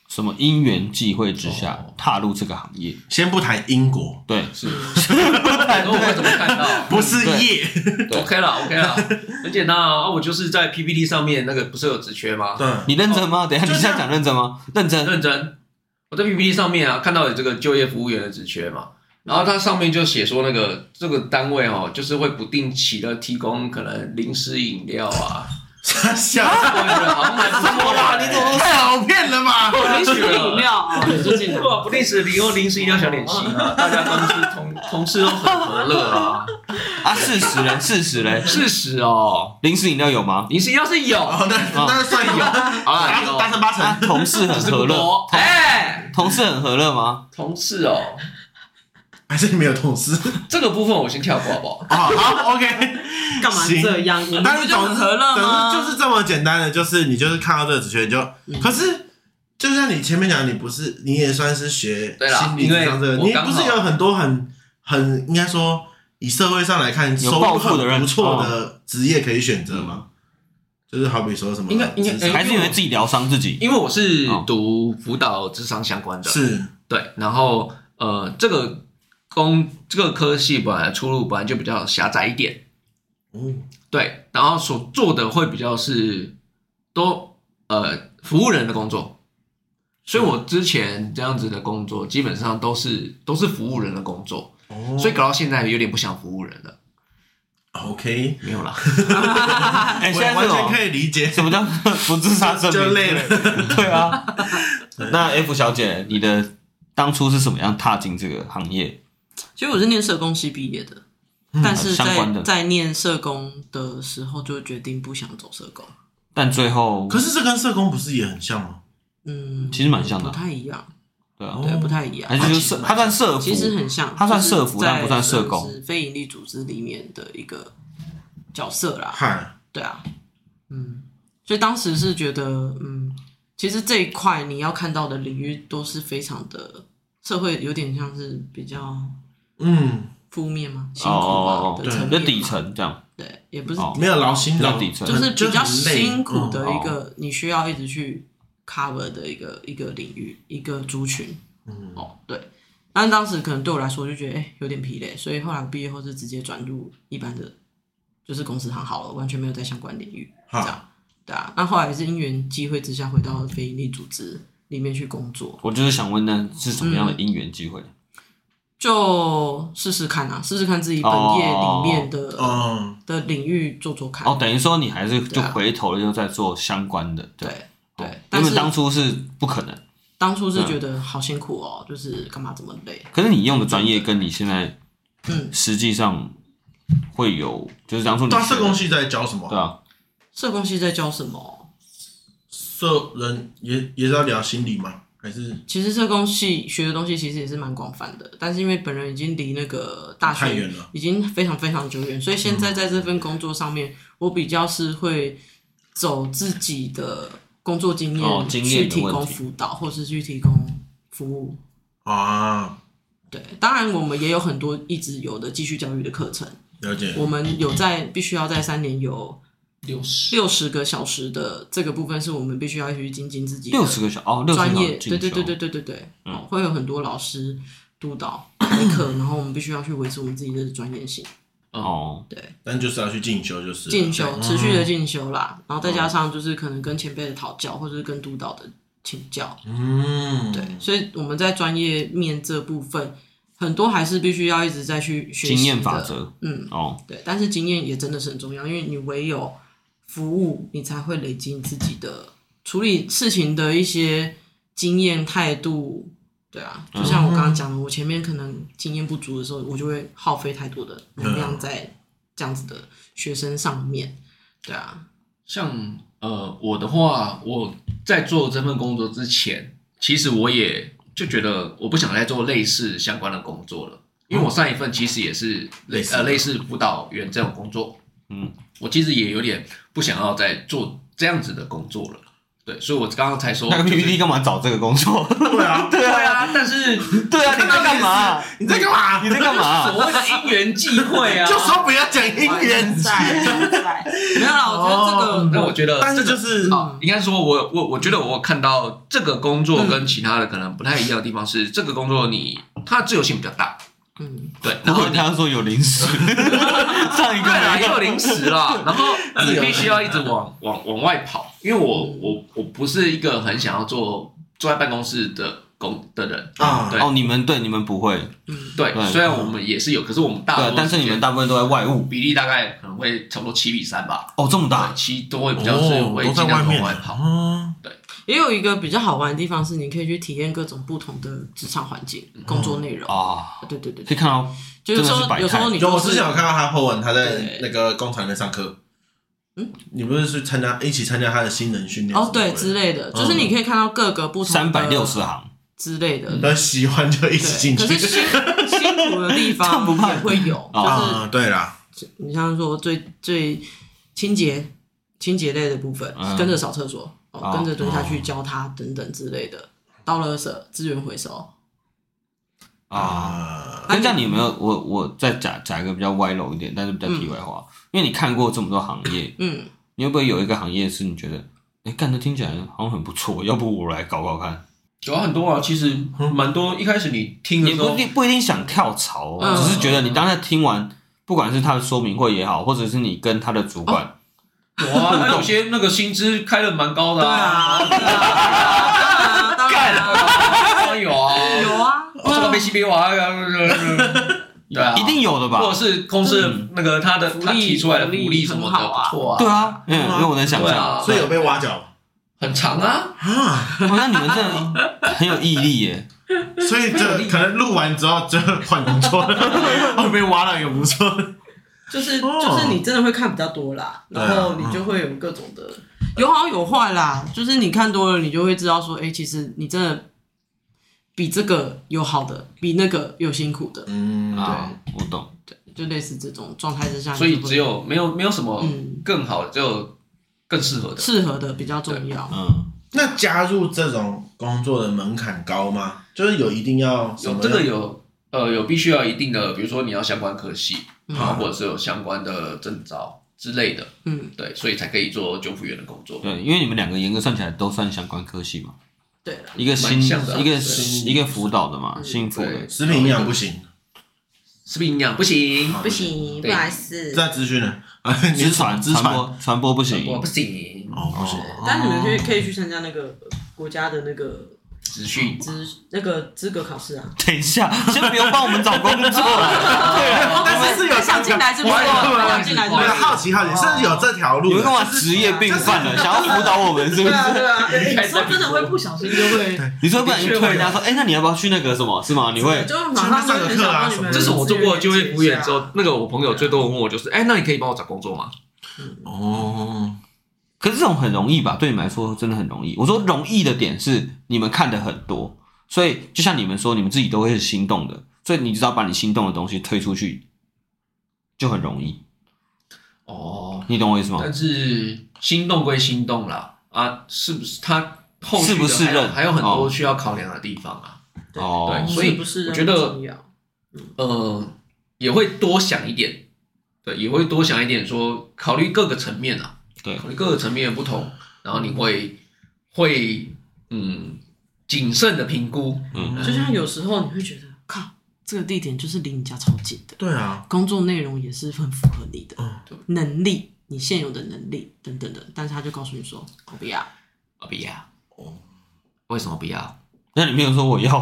Speaker 1: 什么因缘际会之下踏入这个行业？
Speaker 2: 先不谈英国，
Speaker 1: 对，
Speaker 3: 是，哎我会怎么看到？
Speaker 2: 不
Speaker 4: 嗯
Speaker 2: 是业，
Speaker 1: 对
Speaker 3: OK 啦 o k 啦，很简单啊。啊我就是在 PPT 上面那个不是有职缺吗？
Speaker 2: 对，
Speaker 1: 你认真吗？等一下你
Speaker 2: 就是
Speaker 1: 在讲认真吗？认真，
Speaker 3: 认真，我在 PPT 上面啊看到有这个就业服务员的职缺嘛，然后它上面就写说那个这个单位哦，就是会不定期的提供可能零食饮料啊。
Speaker 2: 傻笑，
Speaker 3: 我觉得好像蛮不错啦，你怎 么
Speaker 2: 太好骗了吧？
Speaker 3: 哦零食
Speaker 4: 饮料啊，就进来。
Speaker 3: 对啊，不定时零后零食饮料小点心啊，大家公司同同事都很和乐啊。
Speaker 1: 啊，事实嘞，事实嘞，
Speaker 3: 事实哦，
Speaker 1: 零食饮料有吗？
Speaker 3: 零食饮料是 有，
Speaker 2: 哦，那那算有，
Speaker 3: 好啦，
Speaker 2: 八啊
Speaker 3: 有
Speaker 2: 八成八
Speaker 1: 啊
Speaker 2: 成，，
Speaker 1: 同事很
Speaker 3: 只是
Speaker 1: 和
Speaker 3: 不
Speaker 1: 乐
Speaker 3: 多，。
Speaker 1: 同
Speaker 3: 哎，
Speaker 1: 同事很和乐吗？
Speaker 3: 同事哦，
Speaker 2: 还是你没有同事？
Speaker 3: 这个部分我先跳过好不好？
Speaker 2: 哦好，OK。
Speaker 4: 干嘛
Speaker 2: 行
Speaker 4: 这样？我们
Speaker 2: 但
Speaker 4: 不
Speaker 2: 是
Speaker 4: 就
Speaker 2: 总
Speaker 4: 很和乐吗？
Speaker 2: 总之就是这么简单的，就是你就是看到这个职缺你就，
Speaker 3: 嗯
Speaker 2: 可是就像你前面讲，你不是你也算是学
Speaker 3: 对啦
Speaker 2: 心理智商这个，
Speaker 3: 因为
Speaker 2: 你
Speaker 3: 我刚好
Speaker 2: 不是有很多很很应该说以社会上来看
Speaker 1: 有
Speaker 2: 收入
Speaker 1: 抱负的人
Speaker 2: 很不错的职业可以选择吗？就是好比说什么
Speaker 3: 嗯应该应该哎
Speaker 2: 智商
Speaker 1: 还是因为自己疗伤自己？
Speaker 3: 因为我是
Speaker 1: 哦
Speaker 3: 读辅导智商相关的，
Speaker 2: 是
Speaker 3: 对，然后呃，这个工这个科系本来出路本来就比较狭窄一点，
Speaker 2: 哦
Speaker 3: 对，然后所做的会比较是都呃服务人的工作，所以我之前这样子的工作基本上都是都是服务人的工作，
Speaker 2: 哦，
Speaker 3: 所以搞到现在有点不想服务人了，
Speaker 2: OK，
Speaker 3: 没有啦，
Speaker 1: 哎，
Speaker 2: 我
Speaker 1: 现在
Speaker 2: 完
Speaker 1: 是
Speaker 2: 全可
Speaker 1: 哦
Speaker 2: 以理解，
Speaker 1: 什么叫不自杀生命
Speaker 2: 就累了。
Speaker 1: 对 啊。那 F 小姐，你的当初是什么样踏进这个行业？
Speaker 4: 其实我是念社工系毕业的，但是
Speaker 1: 嗯相关
Speaker 4: 在
Speaker 1: 的
Speaker 4: 在念社工的时候就决定不想走社工，
Speaker 1: 但最后
Speaker 2: 可是这跟社工不是也很像吗？
Speaker 4: 嗯，
Speaker 1: 其实蛮像的
Speaker 4: 不
Speaker 1: 啊，
Speaker 4: 太一样，哦
Speaker 1: 对啊，
Speaker 4: 对，不太一样
Speaker 1: 还。是就是社，他算社服
Speaker 4: 其，实很像，
Speaker 1: 他算
Speaker 4: 就是
Speaker 1: 社服
Speaker 4: 在
Speaker 1: 但不算社工
Speaker 4: 就是非营利组织里面的一个角色啦。
Speaker 2: 嗨，
Speaker 4: 对啊，嗯，所以当时是觉得，嗯，其实这一块你要看到的领域都是非常的社会，有点像是比较
Speaker 2: 嗯，
Speaker 4: 负面吗？辛
Speaker 1: 哦
Speaker 4: 苦
Speaker 1: 哦
Speaker 4: 啊
Speaker 1: 哦，
Speaker 4: 的
Speaker 1: 对
Speaker 4: 层，
Speaker 1: 就
Speaker 4: 面嘛
Speaker 1: 底，层这样，
Speaker 4: 对，也不是
Speaker 1: 哦
Speaker 2: 没有劳心劳
Speaker 1: 比较底层
Speaker 4: 就是比较
Speaker 2: 很累
Speaker 4: 辛苦
Speaker 2: 嗯
Speaker 4: 的一个，你需要一直去 cover 的一个一个领域，一个族群。
Speaker 2: 嗯
Speaker 4: 哦，对。但当时可能对我来说，我就觉得哎、有点疲累，所以后来毕业后是直接转入一般的，就是公司行好了，完全没有在相关领域这
Speaker 2: 好
Speaker 4: 样。对啊，那后来是因缘机会之下回到非营利组织里面去工作，
Speaker 1: 我就是想问呢，是什么
Speaker 4: 嗯
Speaker 1: 样的因缘机会？
Speaker 4: 就试试看啊，试试看自己本业里面的、
Speaker 2: 哦嗯，
Speaker 4: 的领域做做看。
Speaker 1: 哦，等于说你还是就
Speaker 4: 对啊
Speaker 1: 回头了，又在做相关的，
Speaker 4: 对
Speaker 1: 哦
Speaker 4: 对，
Speaker 1: 因
Speaker 4: 但
Speaker 1: 为
Speaker 4: 是
Speaker 1: 当初是不可能。
Speaker 4: 当初是觉得好辛苦哦，就是干嘛这么累？
Speaker 1: 可是你用的专业跟你现在
Speaker 4: 嗯啊
Speaker 1: 实际上会有，就是当初你
Speaker 2: 大
Speaker 1: 学
Speaker 2: 社
Speaker 1: 的
Speaker 2: 工系在教什么？
Speaker 1: 对啊，
Speaker 4: 社工系在教什么？
Speaker 2: 社人也也是要聊心理吗？还是
Speaker 4: 其实社工系学的东西其实也是蛮广泛的，但是因为本人已经离那个大
Speaker 2: 太
Speaker 4: 学
Speaker 2: 远了？
Speaker 4: 已经非常非常久远，所以现在在这份工作上面，我比较是会走自己的工作经验、
Speaker 1: 哦经验
Speaker 4: 去
Speaker 1: 的
Speaker 4: 提
Speaker 1: 问
Speaker 4: 供
Speaker 1: 题
Speaker 4: 辅导，或是去提供服务。
Speaker 2: 啊，
Speaker 4: 对，当然我们也有很多一直有的继续教育的课程，
Speaker 2: 了解。
Speaker 4: 我们有在必须要在三年有
Speaker 3: 六十
Speaker 4: 六十个小时的这个部分，是我们必须要去精进自己的
Speaker 1: 六十个小哦，六十个
Speaker 4: 专
Speaker 1: 小
Speaker 4: 业，
Speaker 1: 时进嗯
Speaker 4: 对
Speaker 1: 修
Speaker 4: 对对对对对对，哦会有很多老师 督导备课，然后我们必须要去维持我们自己的专业性，
Speaker 1: 哦，
Speaker 2: 但就是要去进修，就是了
Speaker 4: 进修持
Speaker 1: 嗯
Speaker 4: 续的进修啦，然后再加上就是可能跟前辈的讨教，或者是跟督导的请教，
Speaker 2: 嗯，
Speaker 4: 对，所以我们在专业面这部分很多还是必须要一直再去学习
Speaker 1: 经验
Speaker 4: 的
Speaker 1: 法，则
Speaker 4: 嗯，
Speaker 1: 哦，
Speaker 4: 对，但是经验也真的是很重要，因为你唯有服务，你才会累积你自己的处理事情的一些经验态度。对啊，就像我刚刚讲的，我前面可能经验不足的时候，我就会耗费太多的能
Speaker 1: 嗯
Speaker 4: 量在这样子的学生上面。对啊，
Speaker 3: 像呃我的话，我在做这份工作之前，其实我也就觉得我不想再做类似相关的工作了，因为我上一份其实也是类
Speaker 2: 类似的
Speaker 3: 呃类似辅导员这种工作，
Speaker 1: 嗯，
Speaker 3: 我其实也有点不想要再做这样子的工作了，对，所以我刚刚才说
Speaker 1: 那个
Speaker 3: 就是
Speaker 1: PPT 干嘛找这个工作？
Speaker 2: 对啊，
Speaker 3: 对啊，但是
Speaker 1: 对啊，你在干嘛？
Speaker 2: 你在干嘛？
Speaker 1: 你在干 嘛？
Speaker 3: 所谓的因缘际会啊，
Speaker 1: 哦
Speaker 2: 就说不要讲姻缘，
Speaker 4: 在没有啦，我觉得这
Speaker 1: 哦
Speaker 4: 个
Speaker 3: 那我觉得
Speaker 2: 但
Speaker 3: 这
Speaker 2: 是
Speaker 1: 嗯
Speaker 3: 个
Speaker 2: 就是
Speaker 3: 啊，应该说我我我觉得我看到这个工作
Speaker 1: 嗯
Speaker 3: 跟其他的可能不太一样的地方是，这个工作你它自由性比较大，
Speaker 4: 嗯，
Speaker 3: 对，
Speaker 1: 不
Speaker 3: 然后
Speaker 1: 过
Speaker 3: 你
Speaker 1: 他说有零 食，上一
Speaker 3: 对啦，
Speaker 1: 个没
Speaker 3: 也有
Speaker 1: 有
Speaker 3: 零食 啦，然后你必须要一直往往往外跑，因为我我我不是一个很想要做坐在办公室的工的人，
Speaker 2: 啊
Speaker 3: 对
Speaker 1: 哦，你们对你们不会对
Speaker 3: 对，虽然我们也是有，可是我们大多
Speaker 1: 对，啊但是你们
Speaker 3: 时间
Speaker 1: 大部分都在外务
Speaker 3: 比例大概可能会差不多七比三吧，
Speaker 1: 哦，这么
Speaker 3: 对，
Speaker 1: 大
Speaker 3: 七都会比较是
Speaker 2: 哦，
Speaker 3: 会
Speaker 2: 都在
Speaker 3: 尽
Speaker 2: 外
Speaker 3: 量往
Speaker 2: 面
Speaker 3: 外跑。
Speaker 2: 哦，
Speaker 4: 也有一个比较好玩的地方是，你可以去体验各种不同的职场环境、工作内容。
Speaker 1: 啊，
Speaker 4: 对对对
Speaker 1: 可以
Speaker 4: 对，
Speaker 1: 看到
Speaker 4: 就是
Speaker 1: 真的是
Speaker 4: 说
Speaker 1: 百态
Speaker 4: 有时候你
Speaker 2: 就我
Speaker 4: 就是
Speaker 2: 之前有看到他 po 文，他在
Speaker 4: 对
Speaker 2: 那个工厂里面上课。
Speaker 4: 嗯，
Speaker 2: 你不是去参加一起参加他的新人训练什
Speaker 4: 哦
Speaker 2: 么，的？
Speaker 4: 对之类的，
Speaker 2: 嗯
Speaker 4: 就是你可以看到各个不同的
Speaker 1: 三百六十行
Speaker 4: 之类的。
Speaker 2: 但喜欢就一直进
Speaker 4: 对，可是
Speaker 2: 去。
Speaker 4: 辛辛苦的地方也会有，就是
Speaker 2: 啊，对啦，
Speaker 4: 你像说最最清洁清洁类的部分，
Speaker 1: 嗯
Speaker 4: 跟着扫厕所，哦
Speaker 1: 哦
Speaker 4: 跟着蹲下去教他等等之类的，倒垃圾、资源回收，
Speaker 1: 啊。
Speaker 2: 啊，
Speaker 1: 那这样你有没有我我再讲讲一个比较歪楼一点，但是比较题外话，因为你看过这么多行业，
Speaker 4: 嗯，
Speaker 1: 你会不会有一个行业是你觉得，哎，干的听起来好像很不错，要不我来搞搞看？
Speaker 3: 有很多啊，其实蛮多。一开始你听的
Speaker 1: 也
Speaker 3: 时
Speaker 1: 不
Speaker 3: 候
Speaker 1: 一，定不一定想跳槽、哦，
Speaker 4: 嗯
Speaker 1: 只是觉得你当下听完，不管是他的说明会也好，或者是你跟他的主管，
Speaker 3: 哦有啊，那有些那个薪资开的蛮高的
Speaker 4: 对啊，对啊当然啊，
Speaker 3: 当然有啊，
Speaker 4: 有啊，
Speaker 3: 我这个被 CBO 啊，对啊，
Speaker 1: 一定有的吧？
Speaker 3: 或者是公司的那个他的
Speaker 4: 福利
Speaker 3: 他提出来的
Speaker 4: 福
Speaker 3: 福
Speaker 4: 利
Speaker 3: 利什么的，
Speaker 4: 很好啊
Speaker 3: 不错啊，
Speaker 1: 对，啊，嗯，因为我能想
Speaker 3: 对
Speaker 1: 象
Speaker 3: 啊，
Speaker 2: 所以有被挖角
Speaker 3: 很长啊，
Speaker 2: 啊，
Speaker 1: 哦那你们 这很有毅力耶，
Speaker 2: 所以这可能录完之后就换工作 了，哦，被挖了也不错。
Speaker 4: 就是
Speaker 2: 哦
Speaker 4: 就是你真的会看比较多啦，
Speaker 2: 对
Speaker 4: 然
Speaker 2: 啊
Speaker 4: 后你就会有各种的、嗯有好有坏啦，就是你看多了，你就会知道说，哎、其实你真的比这个有好的，比那个有辛苦的，
Speaker 2: 嗯
Speaker 1: 啊，我懂，
Speaker 4: 就类似这种状态之下，
Speaker 3: 所以
Speaker 4: 你就会
Speaker 3: 只有没有没有什么
Speaker 4: 嗯
Speaker 3: 更好的，只有更适合的。
Speaker 4: 适合的比较重要。
Speaker 1: 嗯，
Speaker 2: 那加入这种工作的门槛高吗？就是有一定要什
Speaker 3: 有
Speaker 2: 么
Speaker 3: 这个
Speaker 2: 样
Speaker 3: 有呃有必须要一定的，比如说你要相关科系，
Speaker 4: 嗯
Speaker 3: 然后或者是有相关的证照之类的，
Speaker 4: 嗯，
Speaker 3: 对，所以才可以做救护员的工作。
Speaker 1: 对，因为你们两个严格算起来都算相关科系嘛，
Speaker 4: 对了，
Speaker 1: 一个新
Speaker 3: 蛮像的啊
Speaker 1: 一个
Speaker 3: 对
Speaker 1: 一个辅导的嘛，幸福的
Speaker 3: 对，
Speaker 2: 食品营养不行，
Speaker 3: 是不是营养不行？
Speaker 4: 不行，不
Speaker 3: 对
Speaker 4: 好意思。
Speaker 2: 在资讯呢？啊你
Speaker 1: 直传
Speaker 2: 直
Speaker 1: 传
Speaker 2: 传
Speaker 1: 播传播不
Speaker 3: 我
Speaker 1: 行
Speaker 3: 不，行，
Speaker 2: 哦，不行，
Speaker 4: 但你们去可以去参加那个呃国家的那个
Speaker 3: 资讯
Speaker 4: 资那个资格考试啊。
Speaker 1: 等一下，先不用帮我们找工作了，
Speaker 4: 啊
Speaker 2: 但是是有
Speaker 4: 他想进哦来是不是？他想进来是不
Speaker 2: 我
Speaker 4: 是哦
Speaker 2: 有？好奇好奇，甚至有这条
Speaker 1: 你
Speaker 2: 路
Speaker 1: 们干
Speaker 2: 的。
Speaker 1: 嘛职业病犯了，想要辅导我们是不
Speaker 4: 对啊，
Speaker 1: 是？
Speaker 4: 对啊，对有时候真的会不小心就会，
Speaker 1: 你说不然你推人家说，哎，那你要不要去那个什么是吗？你会
Speaker 4: 就马上就很想
Speaker 1: 啊
Speaker 4: 帮你们。
Speaker 3: 这是我做过就业服务员之后，那个我朋友最多问我就是，哎、那你可以帮我找工作吗？
Speaker 2: 哦，
Speaker 1: 可是这种很容易吧？对你们来说真的很容易。我说容易的点是你们看的很多，所以就像你们说，你们自己都会是心动的，所以你只要把你心动的东西推出去，就很容易。
Speaker 3: 哦，
Speaker 1: 你懂我意思吗？
Speaker 3: 但是心动归心动啦，啊，是不是他后续的
Speaker 1: 是不是
Speaker 3: 还有
Speaker 1: 认
Speaker 3: 还有很多
Speaker 1: 哦
Speaker 3: 需要考量的地方啊？
Speaker 1: 哦
Speaker 3: 对，
Speaker 4: 所以不是
Speaker 3: 呃，也会多想一点，对，也会多想一点说，考虑各个层面啊，
Speaker 1: 对
Speaker 3: 考虑各个层面的不同，然后你会会嗯谨慎的评估，
Speaker 1: 嗯
Speaker 4: 就像有时候你会觉得，靠，这个地点就是离你家超近的，
Speaker 2: 对啊，
Speaker 4: 工作内容也是很符合你的
Speaker 2: 嗯
Speaker 4: 能力，你现有的能力等等的，但是他就告诉你说，我不要，
Speaker 3: 啊，不要，
Speaker 2: 哦
Speaker 3: 为什么不要？
Speaker 1: 那你没有说我要，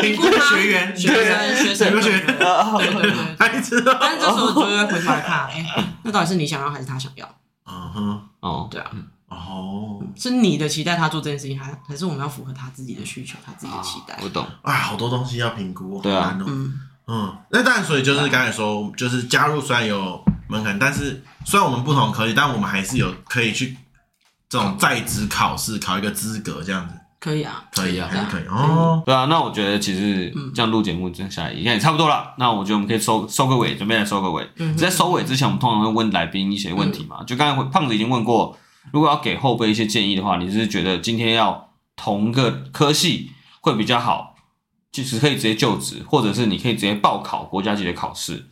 Speaker 2: 评估学员，
Speaker 4: 学生学生
Speaker 2: 评估学员，
Speaker 4: 对对对。
Speaker 2: 还知道，
Speaker 4: 但是这时候就会回头来看，哎，那到底是你想要还是他想要？
Speaker 2: 嗯哼，
Speaker 1: 哦，
Speaker 4: 对啊，
Speaker 2: 哦，
Speaker 4: 是你的期待他做这件事情，还还是我们要符合他自己的需求，他自己的期待？
Speaker 1: 我懂，
Speaker 2: 啊，好多东西要评估，
Speaker 1: 对啊
Speaker 2: 好难哦，
Speaker 4: 嗯，
Speaker 2: 嗯，那当然，所以就是刚才说，就是加入虽然有门槛，但是虽然我们不同科技，但我们还是有可以去这种在职考试考一个资格，这样子
Speaker 4: 可以啊，
Speaker 2: 可以啊，
Speaker 3: 可
Speaker 2: 还
Speaker 3: 以啊
Speaker 2: 是可以哦。
Speaker 1: 对啊。那我觉得其实这样录节目，这下应该也差不多了。那我觉得我们可以收收个尾，准备来收个尾。
Speaker 4: 嗯
Speaker 1: 在收尾之前，我们通常会问来宾一些问题嘛，就刚才胖子已经问过，如果要给后辈一些建议的话，你是觉得今天要同个科系会比较好，就是可以直接就职，或者是你可以直接报考国家级的考试。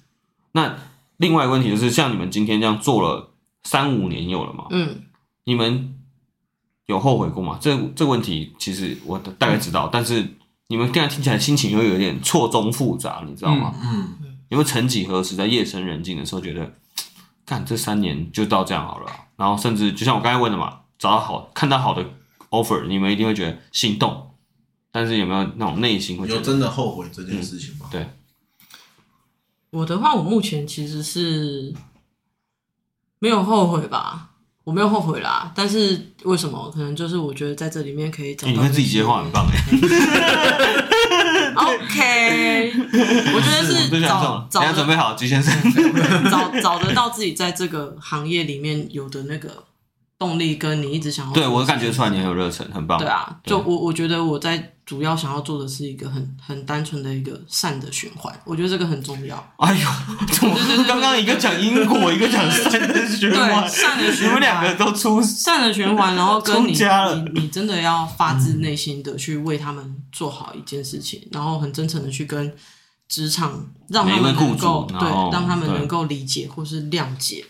Speaker 1: 那另外一个问题就是，像你们今天这样做了三五年有了嘛？
Speaker 4: 嗯。
Speaker 1: 你们有后悔过吗？这这个问题其实我大概知道，
Speaker 2: 嗯
Speaker 1: 但是你们现在听起来心情又有点错综复杂，你知道吗？
Speaker 2: 嗯，
Speaker 1: 有没有曾几何时在夜深人静的时候觉得，干这三年就到这样好了啊、然后甚至就像我刚才问的嘛，找到好看到好的 offer，你们一定会觉得心动，但是有没有那种内心会觉
Speaker 2: 有
Speaker 1: 得
Speaker 2: 真的后悔这件事情吗？
Speaker 1: 对？
Speaker 4: 我的话，我目前其实是没有后悔吧，我没有后悔啦。但是为什么？可能就是我觉得在这里面可以找
Speaker 1: 欸
Speaker 4: 到、
Speaker 1: 你会自己接话很。棒哎、
Speaker 4: OK，我觉得
Speaker 1: 我们对
Speaker 4: 是
Speaker 1: 象
Speaker 4: 找
Speaker 1: 上，
Speaker 4: 找
Speaker 1: 大家准备
Speaker 4: 得
Speaker 1: 好，吉先生。
Speaker 4: 找找得到自己在这个行业里面有的那个动力跟你一直想要
Speaker 1: 对
Speaker 4: 做
Speaker 1: 我
Speaker 4: 的
Speaker 1: 感
Speaker 4: 事
Speaker 1: 觉出来你很有热忱，很棒。
Speaker 4: 对啊，
Speaker 1: 对
Speaker 4: 就我我觉得我在主要想要做的是一个很很单纯的一个善的循环，我觉得这个很重要。
Speaker 1: 哎呦，怎么
Speaker 4: 对对对对
Speaker 1: 刚刚一个讲因果，一个讲善的循环
Speaker 4: 对，善的
Speaker 1: 你
Speaker 4: 循环
Speaker 1: 们两个都出
Speaker 4: 善的循环，然后 跟你
Speaker 1: 出家了
Speaker 4: 你你真的要发自内心的去为他们做好一件事情，然后很真诚的去跟职场让他
Speaker 1: 每
Speaker 4: 们
Speaker 1: 一位雇
Speaker 4: 能
Speaker 1: 主
Speaker 4: 够
Speaker 1: 然
Speaker 4: 对
Speaker 1: 后
Speaker 4: 让他们
Speaker 1: 对
Speaker 4: 能够理解或是谅解，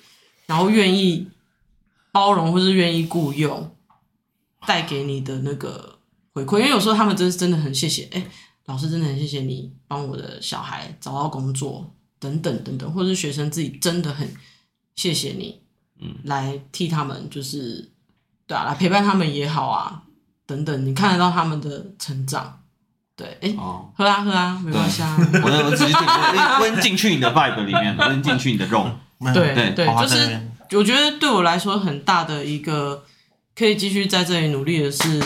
Speaker 4: 然后愿意包容或是愿意雇佣带给你的那个回馈，因为有时候他们真是真的很谢谢，哎、老师真的很谢谢你帮我的小孩找到工作等等等等，或者是学生自己真的很谢谢你，
Speaker 1: 嗯，
Speaker 4: 来替他们就是对啊，来陪伴他们也好啊，等等，你看得到他们的成长，对，哎、
Speaker 1: 哦。
Speaker 4: 喝啊喝啊，没关系啊，
Speaker 1: 我我只是我温进去你的 vibe 里面，温进去你的肉。
Speaker 4: 对
Speaker 1: 对
Speaker 4: 对，
Speaker 2: 好啊
Speaker 4: 就
Speaker 2: 在那
Speaker 4: 是
Speaker 2: 边
Speaker 4: 我觉得对我来说很大的一个可以继续在这里努力的是，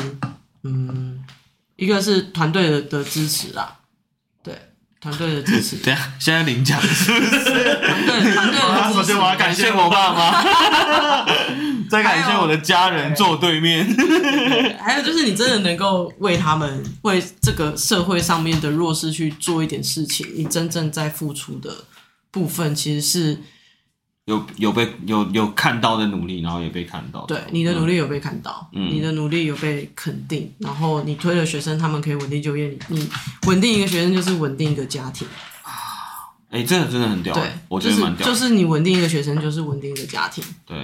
Speaker 4: 嗯，一个是团队的的支持啦，对，团队的支持，
Speaker 1: 等一下，现在领奖是不是？
Speaker 4: 团队团队
Speaker 2: 好啊
Speaker 4: 的
Speaker 2: 首
Speaker 4: 支持
Speaker 2: 先我，要
Speaker 1: 感
Speaker 2: 感
Speaker 1: 谢
Speaker 2: 谢
Speaker 1: 我爸 妈，再感谢我的家人坐对面。
Speaker 4: 还有就是你真的能够为他们为这个社会上面的弱势去做一点事情，你真正在付出的部分其实是
Speaker 1: 有有被有有看到的努力，然后也被看到。
Speaker 4: 对你的努力有被看到，
Speaker 1: 嗯
Speaker 4: 你的努力有被肯定，然后你推了学生，他们可以稳定就业，你你稳定一个学生就是稳定一个家庭，
Speaker 1: 哎、这个真的很屌、
Speaker 4: 对，
Speaker 1: 我觉得蛮屌
Speaker 4: 就是。就是你稳定一个学生，就是稳定一个家庭，
Speaker 1: 对，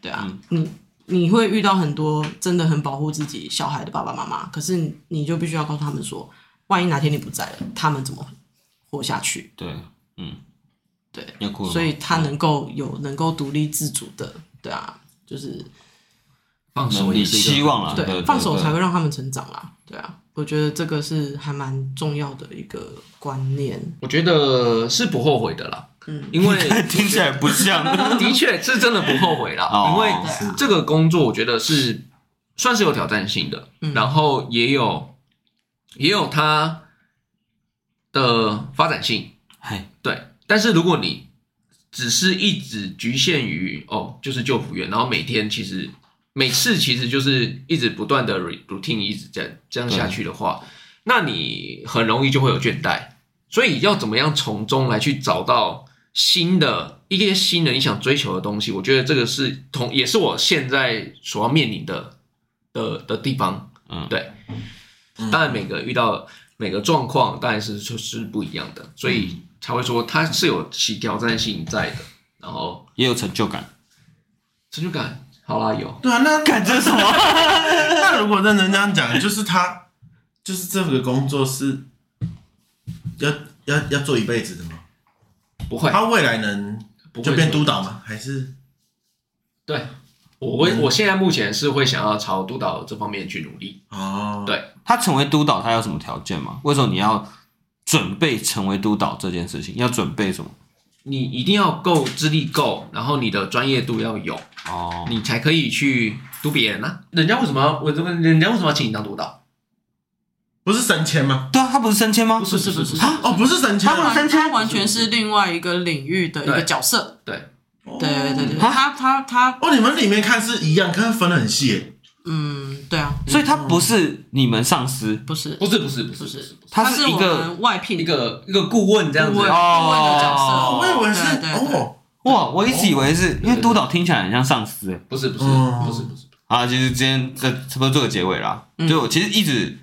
Speaker 4: 对啊，你你会遇到很多真的很保护自己小孩的爸爸妈妈，可是你你就必须要告诉他们说，万一哪天你不在了，他们怎么活下去？
Speaker 1: 对，嗯，
Speaker 4: 对，
Speaker 1: 要哭了吗嗯
Speaker 4: 所以他能够有能够独立自主的，对啊，就是
Speaker 3: 放手
Speaker 1: 能力
Speaker 3: 也是一个
Speaker 1: 希望啦，对，
Speaker 4: 对
Speaker 1: 对
Speaker 4: 放手才。
Speaker 1: 对
Speaker 4: 会让他们成长啦，对啊，我觉得这个是还蛮重要的一个观念，
Speaker 3: 我觉得是不后悔的啦，嗯，因为
Speaker 1: 听起来不像，
Speaker 3: 的确是真的不后悔啦，
Speaker 1: 哦
Speaker 3: 因为
Speaker 4: 是
Speaker 3: 这个工作我觉得是算是有挑战性的，
Speaker 4: 嗯
Speaker 3: 然后也有也有它的发展性，
Speaker 1: 哎，
Speaker 3: 对。但是如果你只是一直局限于哦，就是救服员，然后每天其实每次其实就是一直不断的 routine 一直这样这样下去的话，那你很容易就会有倦怠。所以要怎么样从中来去找到新的一些新的你想追求的东西？我觉得这个是同也是我现在所要面临的的的地方。
Speaker 1: 嗯
Speaker 3: 对。当然，每个遇到每个状况，当然是就是不一样的，所以
Speaker 4: 嗯
Speaker 3: 才会说它是有其挑战性在的。然后
Speaker 1: 也有成就感。
Speaker 3: 成就感，好啦，有
Speaker 2: 对啊，那
Speaker 1: 感这是什么？
Speaker 2: 那如果认真这样讲，就是他就是这个工作是要要要做一辈子的吗？
Speaker 3: 不会
Speaker 2: 他未来能
Speaker 3: 不会
Speaker 2: 就变
Speaker 3: 错
Speaker 2: 督导吗？还是
Speaker 3: 对。我
Speaker 4: 嗯
Speaker 3: 会，我现在目前是会想要朝督导这方面去努力。
Speaker 2: 哦？
Speaker 3: 对
Speaker 1: 他成为督导，他有什么条件吗？为什么你要准备成为督导这件事情？要准备什么？
Speaker 3: 你一定要够资历够，然后你的专业度要有，
Speaker 1: 哦，
Speaker 3: 你才可以去督别人啊。人家为什么要我这个人家为什么要请你当督导？
Speaker 2: 不是升迁吗？
Speaker 1: 对啊，他不是升迁吗？
Speaker 4: 是不是
Speaker 2: 哦，不是升迁
Speaker 4: 他
Speaker 2: 啊，
Speaker 4: 完他完全是另外一个领域的一个
Speaker 3: 对
Speaker 4: 角色，
Speaker 3: 对，
Speaker 2: 哦
Speaker 4: 对对对对，他他他，
Speaker 2: 哦，你们里面看是一样，可是分得很细耶。
Speaker 4: 嗯，对啊，
Speaker 1: 所以他不是你们上司
Speaker 4: 不是
Speaker 3: 不是不是不是
Speaker 4: 不
Speaker 3: 不是
Speaker 4: 是，
Speaker 1: 他
Speaker 4: 他
Speaker 1: 是
Speaker 4: 是
Speaker 1: 一
Speaker 4: 我
Speaker 1: 个
Speaker 4: 们外聘
Speaker 3: 一个一个顾问这样
Speaker 4: 顾
Speaker 3: 子
Speaker 4: 问
Speaker 1: 哦
Speaker 4: 顾问的角色，
Speaker 1: 哦
Speaker 2: 我以为是
Speaker 4: 对对对
Speaker 2: 哦，
Speaker 1: 哇！我一直以为是因为
Speaker 3: 对
Speaker 1: 督导听起来很像上司欸
Speaker 3: 不是不是
Speaker 4: 哦
Speaker 2: 嗯
Speaker 3: 不是不是，
Speaker 1: 啊。其实今天这差不多做个结尾啦。
Speaker 4: 嗯
Speaker 1: 就我其实一直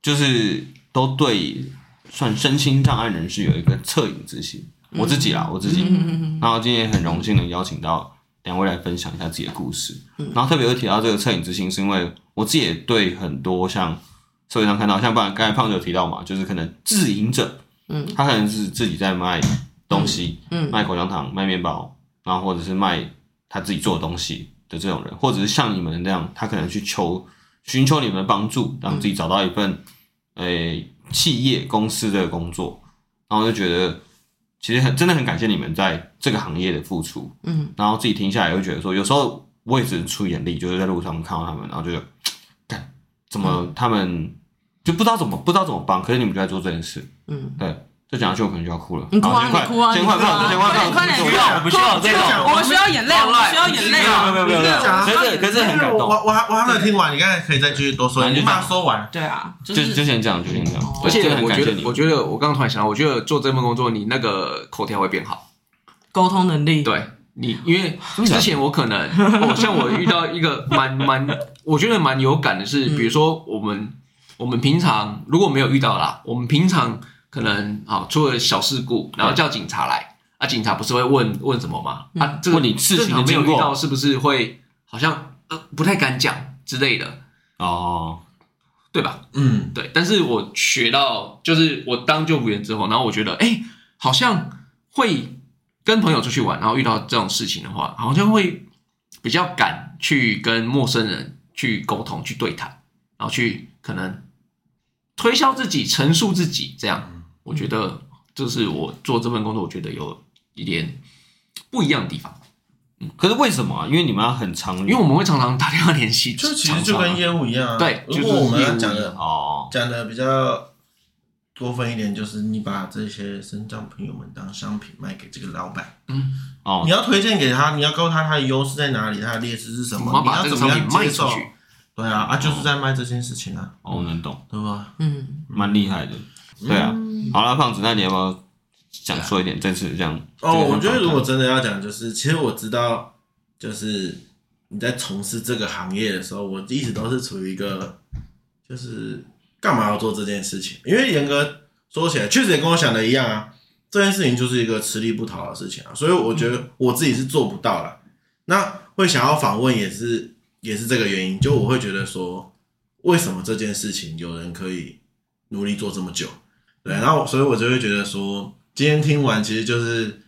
Speaker 1: 就是都对算身心障碍人士有一个恻隐之心，我自己啦，我自己。
Speaker 4: 嗯
Speaker 1: 然后今天也很荣幸的邀请到两位来分享一下自己的故事。然后特别会提到这个恻隐之心，是因为我自己也对很多像社会上看到，像不然刚才胖子有提到嘛，就是可能自营者，
Speaker 4: 嗯，
Speaker 1: 他可能是自己在卖东西，
Speaker 4: 嗯嗯
Speaker 1: 卖口香糖、卖面包，然后或者是卖他自己做的东西的这种人，或者是像你们那样，他可能去求寻求你们的帮助，让自己找到一份诶、企业公司的工作，然后就觉得其实很真的很感谢你们在这个行业的付出，
Speaker 4: 嗯，
Speaker 1: 然后自己听下来会觉得说，有时候我也只能出一点力，就是在路上看到他们，然后就觉得干怎么他们就不知道怎么不知道怎么帮，可是你们就在做这件事，
Speaker 4: 嗯，
Speaker 1: 对，再讲下去我可能就要哭了。
Speaker 4: 你哭啊
Speaker 1: 好先快
Speaker 4: 你哭啊
Speaker 1: 先
Speaker 4: 你
Speaker 1: 快
Speaker 4: 哭啊
Speaker 1: 放，先快放，
Speaker 4: 快点快点
Speaker 1: 先
Speaker 4: 不
Speaker 1: 快放
Speaker 4: 要
Speaker 5: 不需要这种。
Speaker 4: 我们需要眼泪，我们需要眼
Speaker 1: 没
Speaker 4: 泪
Speaker 1: 有没
Speaker 4: 啊！
Speaker 1: 有没有没有，可是可是很感
Speaker 2: 我
Speaker 1: 动，
Speaker 2: 我我还我还没有听完，你刚才可以再继续多说，
Speaker 1: 那你
Speaker 2: 你
Speaker 1: 就
Speaker 2: 把它说完。
Speaker 4: 对啊，就
Speaker 1: 就是就先这样，就先这样。
Speaker 4: 而
Speaker 3: 而且
Speaker 1: 真的很
Speaker 3: 我
Speaker 1: 感
Speaker 3: 觉
Speaker 1: 谢
Speaker 3: 得
Speaker 1: 你，，
Speaker 3: 我觉得我刚刚突然想到，我觉得做这份工作，你那个口条会变好。
Speaker 4: 沟通能力。
Speaker 3: 对你，因为
Speaker 1: 嗯的假的
Speaker 3: 之前我可能，哦，像我遇到一个蛮蛮，我觉得蛮有感的是，
Speaker 4: 嗯
Speaker 3: 比如说我们我们平常如果没有遇到啦，我们平常可能好出了小事故，然后叫警察来，啊，警察不是会问问什么吗？啊，这
Speaker 1: 嗯
Speaker 3: 个
Speaker 1: 问你事情
Speaker 3: 正
Speaker 1: 的
Speaker 3: 常没有
Speaker 1: 经
Speaker 3: 遇到，
Speaker 1: 过
Speaker 3: 是不是会好像呃不太敢讲之类的，
Speaker 1: 哦，
Speaker 3: 对吧？
Speaker 2: 嗯，
Speaker 3: 对，但是我学到，就是我当救护员之后，然后我觉得，哎、好像会跟朋友出去玩，然后遇到这种事情的话，好像会比较敢去跟陌生人去沟通、去对谈，然后去可能推销自己、陈述自己，这
Speaker 2: 嗯
Speaker 3: 样，我觉得这是我做这份工作，我觉得有一点不一样的地方，
Speaker 1: 可是为什么啊？因为你们要很常，
Speaker 3: 因为我们会常常打电话联系，
Speaker 2: 就其实就跟业务一样啊。
Speaker 3: 对
Speaker 2: 如果我们要讲
Speaker 3: 就是业务一
Speaker 2: 的
Speaker 3: 样
Speaker 1: 哦，
Speaker 2: 讲的比较过分一点，就是你把这些身障朋友们当商品卖给这个老板，
Speaker 1: 哦
Speaker 2: 你要推荐给他，你要告诉他他的优势在哪里，他的劣势是什
Speaker 3: 我
Speaker 2: 么
Speaker 3: 们，要
Speaker 2: 你
Speaker 3: 把
Speaker 2: 要
Speaker 3: 这个
Speaker 2: 怎
Speaker 3: 商
Speaker 2: 么
Speaker 3: 品
Speaker 2: 样
Speaker 3: 卖
Speaker 2: 接
Speaker 3: 出
Speaker 2: 受。
Speaker 3: 去。哦
Speaker 2: 对啊，啊，就是在卖这件事情啊，
Speaker 1: 哦，我能懂，
Speaker 2: 对吧？
Speaker 4: 嗯，
Speaker 1: 蛮厉害的。对啊，好了，胖子，那你要不要想说一点？这次这样
Speaker 2: 哦，
Speaker 1: 这个
Speaker 2: 我
Speaker 1: 很
Speaker 2: 觉得
Speaker 1: 好
Speaker 2: 如果真的要讲，就是其实我知道，就是你在从事这个行业的时候，我一直都是处于一个就是干嘛要做这件事情？因为严格说起来，确实也跟我想的一样啊，这件事情就是一个吃力不讨的事情啊，所以我觉
Speaker 1: 嗯
Speaker 2: 得我自己是做不到了。那会想要访问也是也是这个原因，就我会觉得说，为什么这件事情有人可以努力做这么久？对，然后所以我就会觉得说，今天听完其实就是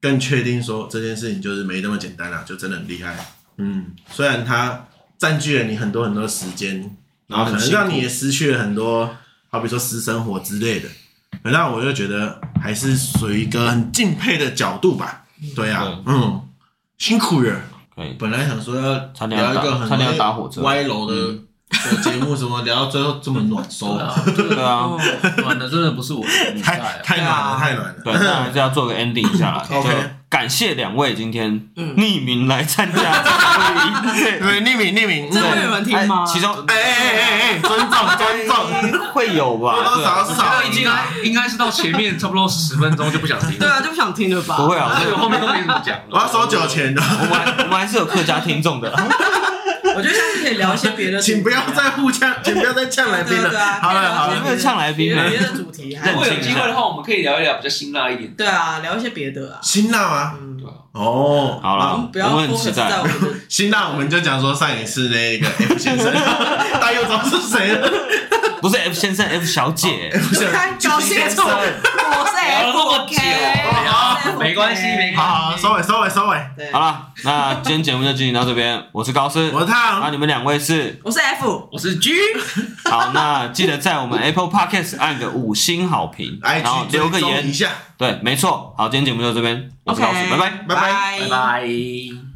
Speaker 2: 更确定说这件事情就是没那么简单啦、就真的很厉害。嗯，虽然它占据了你很多很多时间，然后可能让你也失去了很多，好比说私生活之类的，那我就觉得还是属于一个很敬佩的角度吧。对啊，嗯，辛苦了。
Speaker 1: 可以，
Speaker 2: 本来想说
Speaker 1: 差
Speaker 2: 要
Speaker 1: 点要
Speaker 2: 聊一
Speaker 1: 打
Speaker 2: 个很
Speaker 1: 差点要打火车
Speaker 2: 歪楼的的节目，什么聊到最后这么暖收，
Speaker 1: 对啊，
Speaker 4: 哦，
Speaker 5: 暖的真的不是 我的啊比
Speaker 2: 太
Speaker 5: 赛，
Speaker 2: 太暖了，太暖
Speaker 1: 对，啊
Speaker 2: 了。
Speaker 1: 那还是要做个 ending 一下啦。
Speaker 2: OK
Speaker 1: 就感谢两位今天
Speaker 4: 嗯
Speaker 1: 匿名来参加这个录音。
Speaker 2: 对，匿名匿名，
Speaker 4: 真的会有人听吗？
Speaker 1: 哎其中
Speaker 2: 哎哎哎哎，尊重尊重，
Speaker 1: 会有吧？
Speaker 2: 多
Speaker 1: 对啊
Speaker 2: 少
Speaker 4: 哦
Speaker 2: 少
Speaker 3: 应该应该是到前面差不多十分钟就不想听了，
Speaker 4: 对啊，就不想听了吧？
Speaker 1: 不会啊，
Speaker 3: 所以
Speaker 1: 我
Speaker 3: 我后面都没怎么讲了。
Speaker 2: 我要收酒钱的，
Speaker 1: 我们还我们还是有客家听众的。
Speaker 4: 我觉得下次可以聊一些别的主题啊，
Speaker 2: 请不要再互呛，请不要再呛来
Speaker 4: 对
Speaker 2: 宾
Speaker 4: 啊对
Speaker 2: 了。
Speaker 4: 啊，
Speaker 2: 好了好
Speaker 1: 了
Speaker 4: 可以聊一些
Speaker 1: 有没有呛来宾呢
Speaker 4: 别的别的主题还
Speaker 1: 认
Speaker 3: 如果
Speaker 1: 真
Speaker 3: 有机会的话，我们可以聊一聊比较辛辣一点。
Speaker 4: 对啊，聊一些别的啊。
Speaker 2: 辛辣吗？
Speaker 4: 嗯，
Speaker 2: 哦，
Speaker 1: 好
Speaker 4: 我
Speaker 1: 了
Speaker 4: 们，不要
Speaker 1: 们很
Speaker 4: focus
Speaker 1: 期
Speaker 4: 在
Speaker 1: 待
Speaker 4: 我。们的
Speaker 2: 辛辣我们就讲说上一次那个 F 先生，大家又知道是谁了。
Speaker 1: 不是 F 先生，F 小姐。
Speaker 2: F 先生，
Speaker 4: 搞清楚，我是
Speaker 3: 聊了那么
Speaker 4: F
Speaker 3: 久
Speaker 4: K，
Speaker 3: 好没关系没关系
Speaker 2: 好好，收尾收尾收尾。
Speaker 4: 对
Speaker 1: 好，了，那今天节目就进行到这边。我是高斯，
Speaker 2: 我是
Speaker 1: 那
Speaker 2: 烫，
Speaker 1: 你们两位是
Speaker 4: 我是 F，
Speaker 3: 我是 G，
Speaker 1: 好，那记得在我们 Apple Podcast 按个五星好评，
Speaker 2: 来
Speaker 1: 然后留个
Speaker 2: 一
Speaker 1: 言。
Speaker 2: 下。
Speaker 1: 对，没错。好，今天节目就到这边，我是老鼠，
Speaker 4: OK，
Speaker 1: 拜拜。
Speaker 2: 拜拜
Speaker 3: 拜拜。